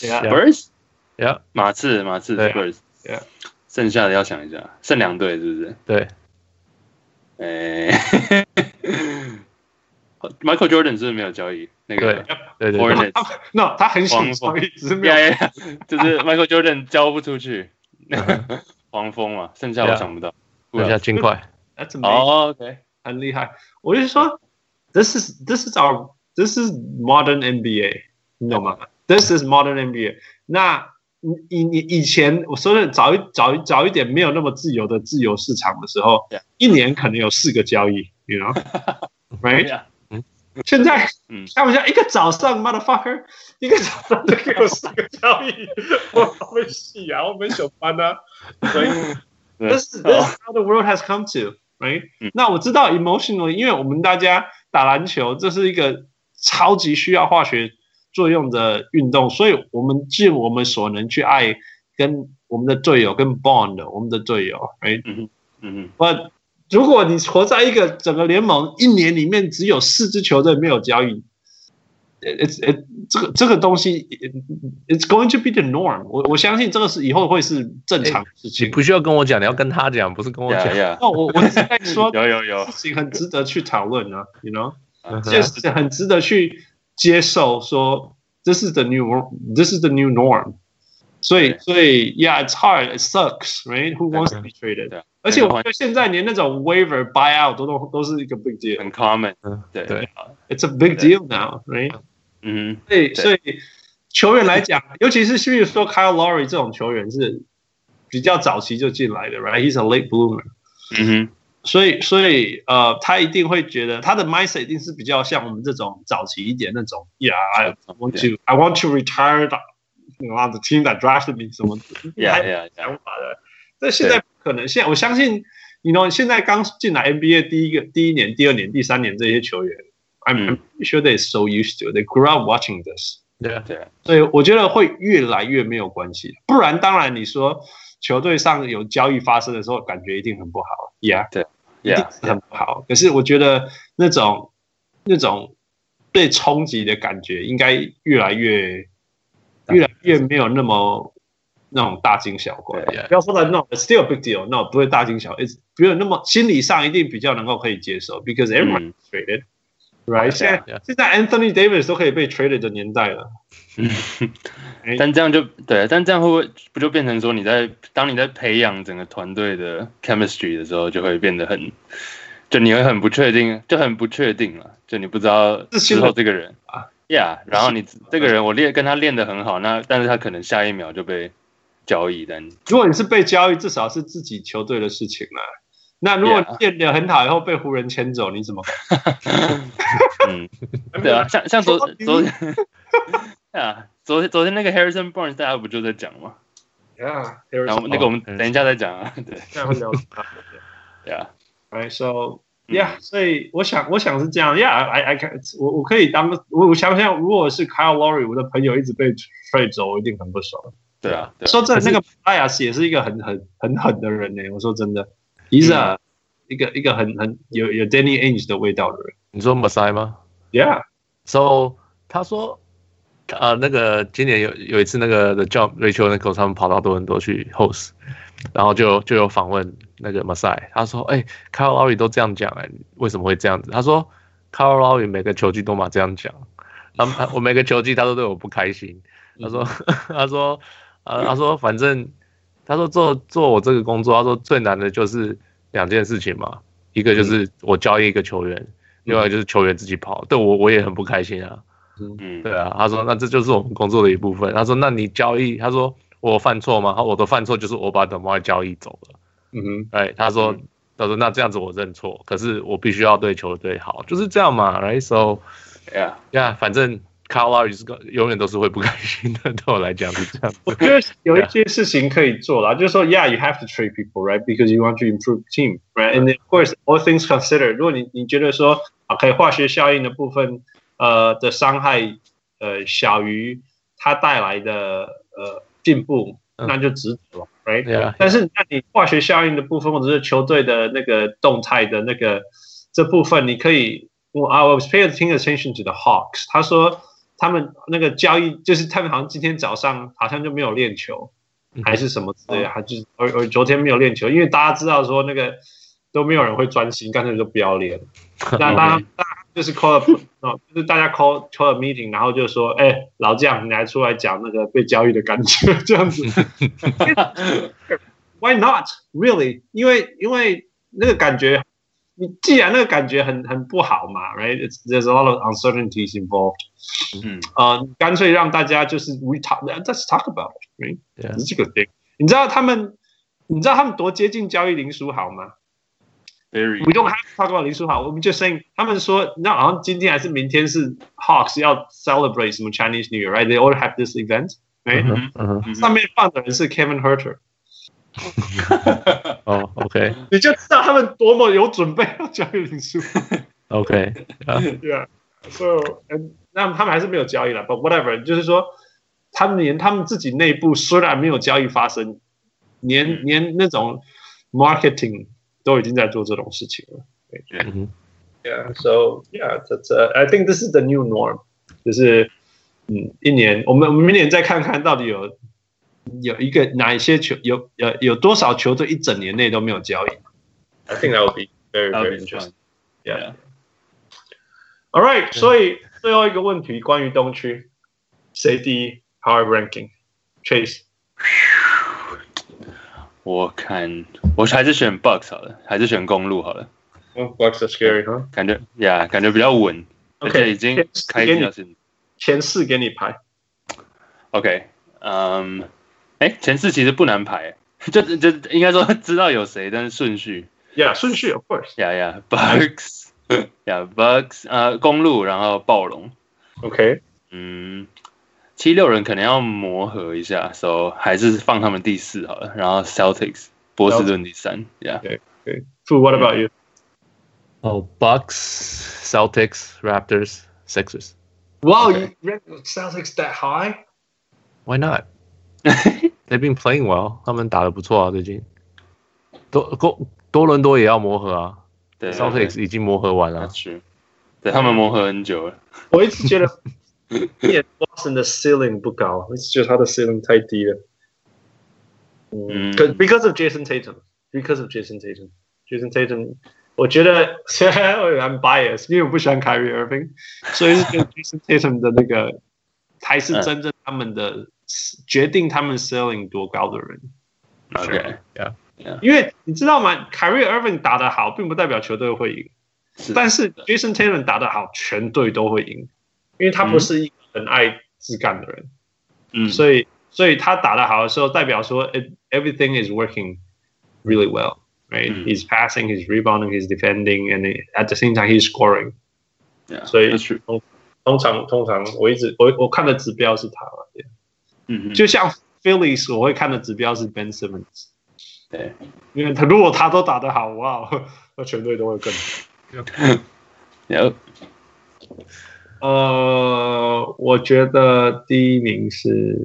S4: Yeah 啊
S5: Spurs
S2: Yeah
S5: 马刺马刺
S2: 对
S5: Spurs
S4: Yeah
S5: 剩下的要想一下，剩两队是不是？
S2: 对，
S5: 哎 [laughs] ，Michael Jordan 是不是没有交易那个
S2: 对对对
S5: Hornets
S4: 他 [laughs] no，他很想交易，只是没有。
S5: 呀呀，就是 Michael Jordan 交不出去，黄蜂嘛，剩下
S2: Yeah
S5: 我想不到。
S2: 等啊一下尽快。
S4: That's amazing.
S5: 哦，OK，
S4: 很厉害。我就说，this is this is our this is modern NBA，你懂吗？This is modern NBA 那。你你你以前我说的早一早一早一点没有那么自由的自由市场的时候
S5: Yeah.
S4: 一年可能有四个交易，you know，right？现在，
S5: 嗯
S4: 开玩笑，一个早上，motherfucker，一个早上就给我四个交易，我好会戏啊，我没上班啊，所以
S5: 对 Oh
S4: ，this is- this is how the world has come to，right？、
S5: 嗯
S4: 那我知道 emotional，因为我们大家打篮球，这是一个超级需要化学作用的运动，所以我们尽我们所能去爱跟我们的队友，跟 bond 我们的队友，right？
S5: 嗯
S4: 我如果你活在一个整个联盟一年里面只有四支球队没有交易，呃呃呃，这个这个东西，it's going to be the norm 我。我相信这个是以后会是正常的事
S2: 哎你
S4: 情。
S2: 不需要跟我讲，你要跟他讲，不是跟我讲。
S5: 呀呀，，
S4: 那我我是在说
S5: [laughs] 有有有
S4: 事，情很值得去讨论啊，you know，
S5: 嗯
S4: 这件事情很值得去接受说，this is the new this is the new norm。所以
S5: 对
S4: 所以，yeah，it's hard，it sucks，right？Who wants to be traded？
S5: 对啊
S4: 而且我觉得现在连那种 waiver buyout 都都都是一个 big deal。
S5: 很 common，
S2: 嗯
S5: 对
S2: 对，
S4: It's a big
S5: 对
S4: deal now, right？
S5: 嗯
S4: 所以所以球员来讲，尤其是比如说 Kyle Lowry 这种球员是比较早期就进来的，right？He's a late bloomer，
S5: 嗯
S4: 所以所以呃，他一定会觉得他的 mindset 一定是比较像我们这种早期一点那种，Yeah，I
S5: 哼
S4: want to I want to retire the you know, the team that drafted me 什么
S5: 呀呀呀
S4: 想，法的。这现在不可能，现在我相信，你 know，现在刚进来 NBA 第一个、第一年、第二年、第三年这些球员，I'm、
S5: 嗯
S4: I'm pretty sure they so used to it. they grew up watching this，
S2: 对啊，
S5: 对啊，
S4: 所以我觉得会越来越没有关系。不然，当然你说球队上有交易发生的时候，感觉一定很不好，Yeah，一定
S5: 呀
S4: 是很不好。可是我觉得那种那种被冲击的感觉，应该越来越越来越没有那么那种大惊小怪。
S5: 对
S4: 不要说的 no，it's still a big deal。no，不会大惊小怪，it's 没有那么心理上一定比较能够可以接受，because
S5: 嗯
S4: everyone is traded。Right，现在
S2: yeah
S4: 现在 Anthony Davis 都可以被 traded 的年代了，
S5: 但这样就对，但这样会不会不就变成说你在当你在培养整个团队的 chemistry 的时候，就会变得很，就你会很不确定，就很不确定了，就你不知道
S4: 是新
S5: 之
S4: 的
S5: 后这个人
S4: 啊
S5: ，Yeah，然后你这个人我练跟他练得很好，那但是他可能下一秒就被交易，但
S4: 如果你是被交易，至少是自己球队的事情了。那如果你
S5: Yeah
S4: 练得很好，以后被湖人牵走，你怎么办？
S5: 嗯，对啊，像像昨昨天啊，昨天昨天那个 Harrison Barnes 大家不就在讲吗？
S4: Yeah，
S5: 然后
S4: 哦
S5: 那个我们
S4: 嗯
S2: Harrison
S5: 等一下再讲啊，对
S4: 这样会聊得到。 [laughs]
S5: 对啊，
S4: Right, so
S5: 嗯
S4: yeah，、所以我想，我想是这样，Yeah，I I can，我我可以当，我我想想，如果是 Kyle Lowry，我的朋友一直被 trade 走，我一定很不爽。
S5: 对啊，对啊
S4: 说真的，那个 Bias 也是一个很很很狠的人呢、我说真的，He's a、一个一个很很有有 Danny Ainge 的味道的人
S2: 你说 Masai 吗？
S4: ，Yeah，
S2: So 他说，呃，那个今年有有一次那个 The Jump Rachel Nichols 他们跑到多伦多去 host，然后就就有访问那个 Masai，他说，哎、c a r l Lowry 都这样讲，哎，为什么会这样子？他说 c a r l Lowry 每个球季都嘛这样讲，他他我每个球季他都对我不开心，他说 [laughs] 他说呃他说反正他说做做我这个工作，他说最难的就是两件事情嘛，一个就是我交易一个球员，另外就是球员自己跑，对我我也很不开心啊。
S5: 嗯，
S2: 对啊，他说那这就是我们工作的一部分。他说那你交易，他说我有犯错吗？他说我的犯错就是我把 d e m a 交易走了。
S4: 嗯哼，
S2: 哎，他说、
S5: 嗯
S2: 他说那这样子我认错，可是我必须要对球队好，就是这样嘛。Right so
S5: 对啊，
S2: yeah，反正 c a r l o 是个永远都是会不开心的，对我来讲是 [laughs] 这样。
S4: 我觉得有一些事情可以做啦，就是说，Yeah, you have to trade people, right? Because you want to improve team, right? And of course, all things considered，如果你你觉得说，OK，化学效应的部分，呃的伤害，呃小于它带来的呃进步，
S2: 嗯
S4: 那就值得了，right？
S2: 对啊，
S4: 但是那你化学效应的部分，或者是球队的那个动态的那个这部分，你可以我 I was paying attention to the Hawks，他说他们那个交易就是他们好像今天早上好像就没有练球，
S2: 嗯
S4: 还是什么之类的，还就是而而昨天没有练球，因为大家知道说那个都没有人会专心，干脆就不
S2: [laughs]
S4: 要练。那大家大家就是 call up，哦， [laughs] 就是大家 call call a meeting，然后就说，哎、老将，你来出来讲那个被交易的感觉， [laughs] 这样子。Why not? Really？因为因为那个感觉，你既然那个感觉很很不好嘛，right? It's, there's a lot of uncertainties involved.
S5: 嗯，
S4: 呃，你干脆让大家就是 we talk, let's talk about it, right?
S2: Yeah.
S4: 这是个 thing。你知道他们，你知道他们多接近交易林书豪吗？
S5: very
S4: We don't have to talk about 林书豪，我们就 saying 他们说，那好像今天还是明天是 Hawks 要 celebrate 什么 Chinese New Year，right？They all have this event，right？、Mm-hmm.
S2: 嗯哼嗯哼
S5: 嗯
S4: 上面放的人是 Kevin Herter，
S2: 哦，OK
S4: [laughs] 你就知道他们多么有准备要交易林 [laughs] 书豪。
S2: OK，
S4: Yeah，so and 那他们还是没有交易了，but whatever，就是说他们连他们自己内部虽然没有交易发生，连连那种 marketing 都已经在做这种事情了。
S2: 嗯哼
S4: Yeah, so yeah, that's uh, I think this is the new norm. 就是嗯，一年我们我们明年再看看到底有有一个哪一些球有有有多少球队一整年内都没有交易。I think that would be very
S5: that
S4: very
S5: would be
S4: interesting.
S5: fun.
S4: Yeah. All right，所以最后一个问题关于东区，谁第一？Power E ranking。Chase，
S5: 我看我还是选 Bucks 好了，还是选公路好了，
S4: 嗯，Bucks are scary，哈。
S5: 感觉呀感觉比较稳而
S4: OK，
S5: 且已经
S4: 前四
S5: 开
S4: 给
S5: 机
S4: 你
S5: 了是
S4: 前四给你排。
S5: OK，嗯、哎，前四其实不难排， [laughs] 就就应该说 [laughs] 知道有谁，但是顺序
S4: Yeah，顺序，of course。
S5: 呀呀 [laughs] Bugs 呀 Bugs 呃公路，然后暴龙，
S4: OK，
S5: 嗯，七六人可能要磨合一下，so 还是放他们第四好了，然后 Celtics 波士顿第三呀，
S4: 傅，What about you？
S2: 哦，Bucks、Celtics、Raptors、Sixers。
S4: Wow,
S5: Okay.
S4: you rank Celtics that high?
S2: Why not? They've been playing well，他们打得不错啊，最近。多多多伦多也要磨合啊
S5: 对
S2: ，Celtics 已经磨合完
S5: [laughs]
S2: 了。
S5: 去，对他们磨合很久了，
S4: 我一直觉得也 Boston 的 ceiling 不高，我一直觉得他的 ceiling 太低了。嗯
S5: 嗯
S4: 可 because of Jason Tatum，because of Jason Tatum，Jason Tatum，我觉得虽然 [laughs] I'm biased，因为我不喜欢 Kyrie Irving，所以是觉得 Jason Tatum 的那个才是真正他们的决定他们 ceiling 多高的人。
S5: OK
S4: 因为你知道吗？Kyrie Irving 打得好，并不代表球队会赢。
S5: 是
S4: 但是 Jason Tatum 打得好，全队都会赢，因为他不是一个很爱自干的人，
S5: 嗯
S4: 所以所以他打得好的时候，代表说 e- everything is working really well, right?
S5: 嗯
S4: He's passing, he's rebounding, he's defending, and he- at the same time he's scoring.
S5: 啊
S4: 所以
S5: 去
S4: 通常通常我一直我我看的指标是他嘛，
S5: 嗯
S4: 就像 Phillies 我会看的指标是 Ben Simmons，
S5: 对，
S4: 因为他如果他都打得好，哇， [laughs] 那全队都会更好。
S5: 然后
S4: 呃，我觉得第一名是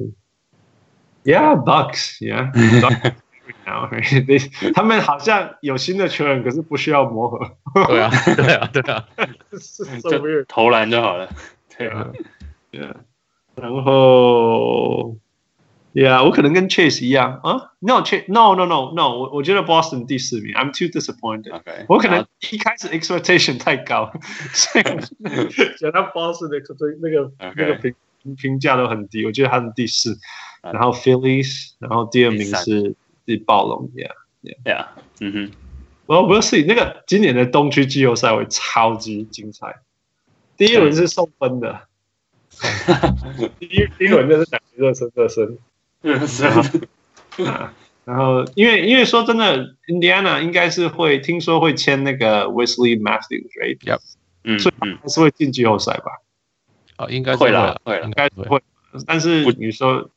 S4: ，Yeah
S5: [laughs]
S4: Bucks，Yeah Bucks now，they- [laughs] 他们好像有新的球员，可是不需要磨合， [laughs]
S2: [laughs] 对啊，对啊，对啊。
S4: 是 so
S5: [laughs] 就
S4: weird。
S5: 投篮就好了。对，
S4: Yeah. 然后，Yeah，我可能跟 Chase 一样啊。No，Chase，No No No No，我我觉得 Boston 第四名，I'm too disappointed。
S5: [laughs] OK，
S4: 我可能
S5: 好
S4: 一开始 expectation 太高，所以我觉得 Boston 的那个那个
S5: OK
S4: 评评价都很低，我觉得他们第四，
S5: 啊
S4: 然后 Phillies，然后第二名
S5: 第三
S4: 是是暴龙，Yeah。
S5: Yeah，嗯哼，
S4: 我不是那个今年的东区季后赛会超级精彩，第一轮是送分的，第一第一轮就是打热身热身，
S5: [laughs] 嗯是啊
S4: 然后因为因为说真的，Indiana 应该是会听说会签那个 Wesley Matthews，right？
S5: 嗯
S4: 所以
S5: 嗯，
S4: 还是会进季后赛吧？
S2: 哦，应该是
S5: 会啦
S2: 了，
S5: 会啦
S2: 应
S4: 应该
S2: 该
S4: 是会，但是
S5: 不
S4: 你说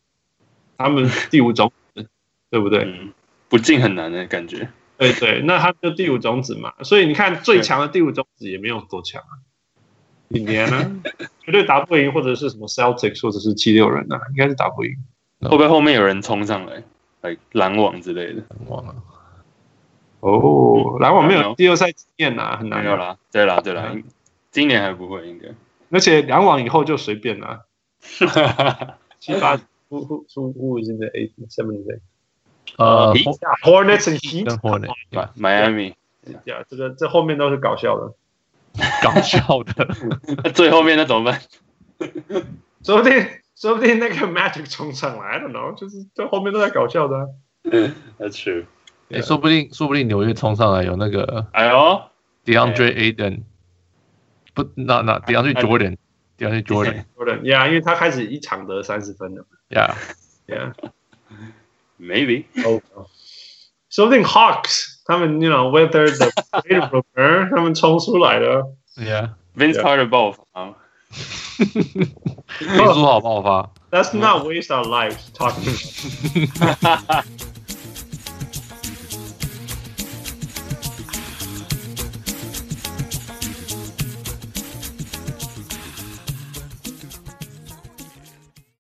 S4: 他们第五种子，对不对？
S5: 嗯，不进很难的感觉，
S4: 对对，那他们就第五种子嘛，所以你看最强的第五种子也没有多强啊，i n d i a n 绝对打不赢，或者是什么 Celtics 或者是七六人啊，应该是打不赢。
S5: 会不会后面有人冲上来，来拦网之类的？
S2: 忘了。
S4: 哦，篮网没
S5: 没
S4: 有
S5: 有
S4: 季后赛经验啊，很难
S5: 没有
S4: 啊。
S5: 啦，对啦对啦
S4: 嗯，
S5: 今年还不会 [laughs] 应该。
S4: 而且篮网以后就随便啦，
S5: [laughs]
S4: 七八 who who who who is in the eight seven is eight
S2: 呃
S5: Heat？
S4: Hornets and Heat
S2: 跟 Hornet 吧，
S5: Miami [laughs]
S4: 呀，这个这后面都是搞笑的，
S2: [laughs] 搞笑的，
S5: 那最后面那怎么办？
S4: 说不定说不定那个 Magic 冲上来，I don't know，就是这后面都在搞笑的啊。
S5: 那 true。
S2: 哎，说不定说不定纽约冲上来有那个
S5: 哎呦，
S2: DeAndre Aiden，不，那那 DeAndre Jordan，DeAndre Jordan，
S4: Jordan，yeah，因为他开始一场得三十分了
S2: 呀，
S4: [laughs] ，yeah。
S5: maybe
S4: 哦，说不定 Hawks 他们，you know，whether the trade broker 他们冲出来了，
S2: 呀，
S5: Vince
S4: Yeah
S5: Carter 爆发，
S2: 林书豪爆发，
S4: that's not waste our lives talking about。